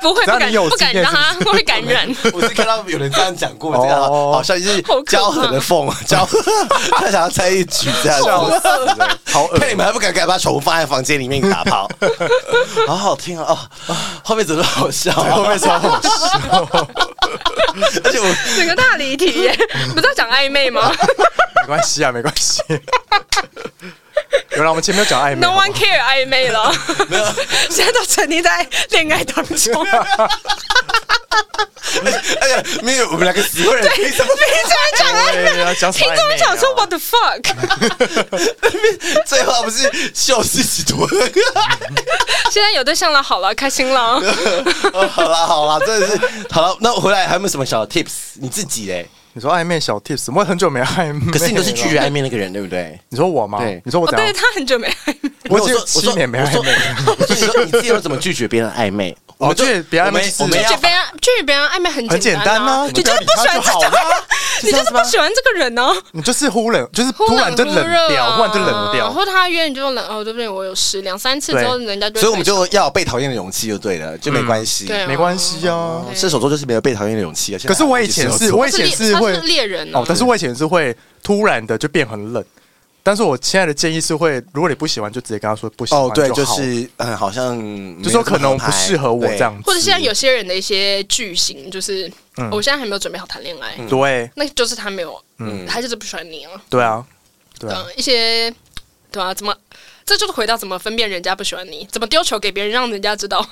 A: 不会
C: 只要
A: 不
C: 你
A: 敢
C: 有
A: 不敢
C: 经验
A: 让它会感染。
B: 我是看到有人这样讲过，这样
C: 哦
B: 好像是
A: 好可怕
B: 胶合的缝，胶合， 他想要在一起这样
C: 笑
B: 子。
C: 死 了，好呃恶
B: 看你们还不敢敢把宠物放在房间里面打 炮，好好听啊！哦，后面怎么好笑啊？
C: 后面超好笑，
B: 而且我
A: 整个大离题耶，不是要讲暧昧吗
C: 没关系啊，没关系。 有了，我们前面有讲暧昧
A: ？No
C: 好不好
A: one care 暧昧了， 现在都沉溺在恋爱当中。
B: 而且没有我们两个死过人，凭什么
A: 你怎么讲暧昧？
C: 对啊，讲什
A: 听
C: 么暧昧啊
A: 众想说 What the fuck？
B: 最后不是秀自己多？啊
A: 现在有对象了，好了，开心了。
B: 哦好啦好啦，真的是好了。那我回来还有没有什么小 tips？你自己嘞？
C: 你说暧昧小 tips，我也很久没暧昧了，
B: 可是你都是拒绝暧昧那个人，对不对？
C: 你说我吗？
B: 对
C: 你说我
A: 哦，
C: 怎
A: 对
C: 样？
A: 他很久没暧昧，
C: 我已
B: 没
C: 经
B: 有我说
C: 七年没暧昧了，
B: 我说我说你自己又怎么拒绝别人暧昧？
C: 哦
B: 我就
C: 拒绝别人暧昧是
B: 我们
A: 拒绝
B: 要
A: 别人拒绝别人暧昧很
C: 很简单
A: 单啊，
C: 呐，
A: 你就是不
C: 不要理
A: 喜欢
C: 他就
A: 这
C: 好
A: 个
C: 了，
A: 你就是
C: 这
A: 不
C: 样
A: 喜
C: 子吗
A: 欢这个人哦呢。
C: 你就是忽冷，就是
A: 忽
C: 突然就
A: 忽
C: 冷
A: 热
C: 掉，
A: 啊
C: 忽然就冷掉，
A: 或他约你就冷哦，对不对？我有事两三次之后，
C: 对
A: 人家就会
B: 所以我们
A: 退
B: 就要有被讨厌的勇气就对了，
C: 嗯
B: 就没关系。
A: 对啊
C: 没关系啊。
A: 对
B: 射手座就是没有被讨厌的勇气啊。
C: 可是我以前是，
B: 我
C: 我以前
A: 他是猎
C: 会哦
A: 他是猎人啊
C: 哦，但是我以前是会突然的就变很冷，但是我现在的建议是会，如果你不喜欢，就直接跟他说不喜欢
B: 哦，对，
C: 就
B: 就
C: 好
B: 是嗯，好像
C: 就说可能不适合我这样子，
A: 或者现在有些人的一些句型，就是、
C: 嗯
A: 我现在还没有准备好谈恋爱，
C: 对
A: 那就是他没有，
B: 嗯
A: 他就是不喜欢你啊。
C: 对啊，对啊，
A: 嗯，一些对啊，怎么这就是回到怎么分辨人家不喜欢你，怎么丢球给别人，让人家知 道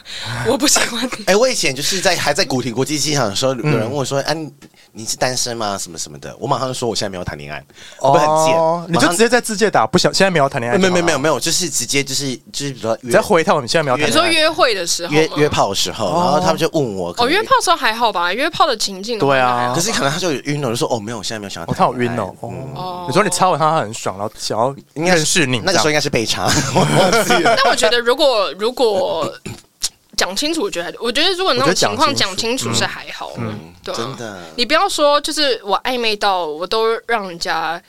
A: 我不喜欢你。
B: 哎、我以前就是在还在古体国际机场的时候，有
C: 嗯
B: 人问我说：“哎、你你是单身吗？什么什么的。”我马上就说我现在没有谈恋爱，我会很贱，
C: 哦你
B: 马
C: 就
B: 上
C: 直接在字界打不想，现在没有谈恋爱，
B: 没有没有没有，没有，就是直接就是就是比如说
C: 你再
B: 约
C: 回一趟，你现在没有谈
A: 你
C: 恋
A: 说
C: 爱，
A: 约会的时候
B: 约
A: 吗
B: 约炮的时候，然后他们就问我，可
A: 哦，
B: 能
A: 约炮的时候还好吧？约炮的情境的话
C: 对啊
A: 还好
B: 可是可能他就有晕了，我就说哦没有，我现在没有想要
C: 哦，
B: 谈
C: 他有
B: 恋
C: 晕
B: 爱
C: 哦，
B: 嗯
C: 哦
A: 哦
C: 你说你插完他，他很爽，然后想要认识你，
B: 那个时候
C: 这
B: 应
C: 样
B: 该是被查，
C: 嗯
B: 我忘记了。
A: 但我觉得如果如果讲清楚，我觉得还我觉得如果那
C: 我
A: 种
C: 觉得讲
A: 情况
C: 清楚
A: 讲清楚是还好的，对、啊，
B: 嗯真的
A: 你不要说就是我暧昧到我都让人家，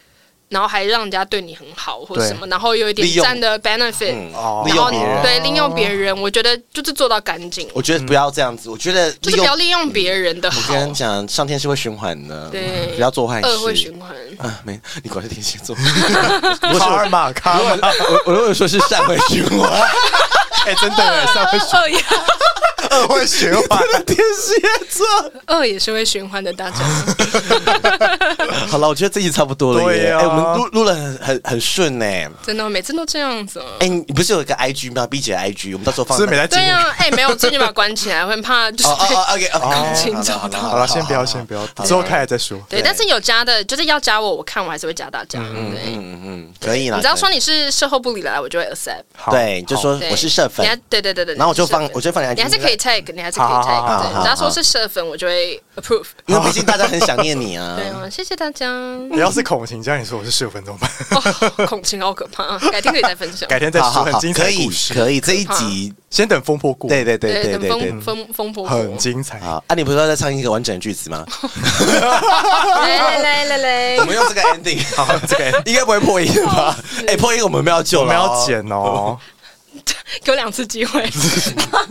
A: 然后还让人家对你很好或者
C: 对
A: 什么，然后有一点
B: 利用
A: 占的 benefit，、
B: 嗯
C: 哦
B: 利
A: 然
B: 用
A: 后
B: 别人，
A: 对利用别人，我觉得就是做到干净，
B: 我觉得不要这样子，我觉得
A: 就
B: 利
A: 是不
B: 用嗯
A: 要利用别人的
B: 我
A: 好，
B: 跟你讲，上天是会循环的，
A: 对
B: 不要做坏事，
A: 恶会循 环。
B: 啊，没，你果然是天蝎座。
C: 卡尔玛卡
B: 如
C: 尔
B: 果
C: 玛，
B: 我我如果说是善会循环，
C: 哎，真的耶，上会
A: 恶也
C: 二会循环，
B: 天蝎座。
A: 恶也是会循环的，大家。
B: 好了，我觉得这集差不多了耶。
C: 对
B: 哎、
C: 啊
B: 我们录录了很很很顺呢、
A: 真的，每次都这样 子、啊。
B: 哎、你不是有一个 IG 吗？B 姐的 IG，我们到时候放
C: 是没在经
A: 对
C: 营。
B: 啊
A: 呀、哎、没有，最近把它关起来，我很怕就是
B: 哦
A: 被
B: 哦哦，OK，
A: 感情
B: 好了
A: 找到
B: 好嗯
C: 好
B: 了，
C: 了，先不要，先不要，之后开了再说。
A: 对，
B: 对
A: 但是有加的，就是要加我，我看我还是会加大家。对，
B: 嗯嗯，可以啦。
A: 你只要说
B: 可以
A: 你是事后不理来，我就会 accept。
C: 好
B: 对，就说
A: 对
B: 我是社粉
A: 你，还对对对对，
B: 然后我就放
A: 你是社粉
B: 我就放你 IG
A: 你还是可以 tag，你还是可以
C: 好好好好
B: 好
A: tag 对。只要说是社粉，我就会 approve。
B: 因为毕竟大家很想念你啊
A: 对。啊，谢谢大家。
C: 你要是孔晴这样，你说我是十五分钟吧，
A: 哦，恐情好可怕啊，改天可以再分享。
C: 改天再
B: 好
C: 说
B: 好
C: 很
B: 好，
C: 精彩
B: 可
C: 的
B: 以
C: 故事。
B: 可以，这一集，
C: 先等风波过，
B: 对对对对
A: 等
B: 对对
A: 风。风风波波
C: 很精彩。
B: 好，啊，你不是要再唱一个完整的句子 吗？
A: 来来来来
B: 我
A: 来，
B: 们用这个 ending，
C: 好，这 个
B: 应该不会破音吧？ 哎，破音我们没有救
C: 我
B: 了
C: 们
B: 哦，
C: 要剪 哦，
A: 给我两次机会。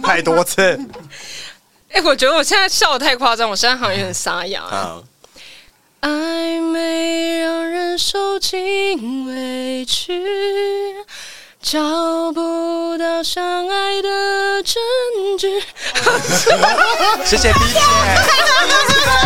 C: 太多次。
A: 哎，我觉得我现在笑的太夸张，我现在好像有点沙哑。
B: 好。
A: 暧昧让人受尽委屈，找不到相爱的证据。
C: 谢谢 B 姐。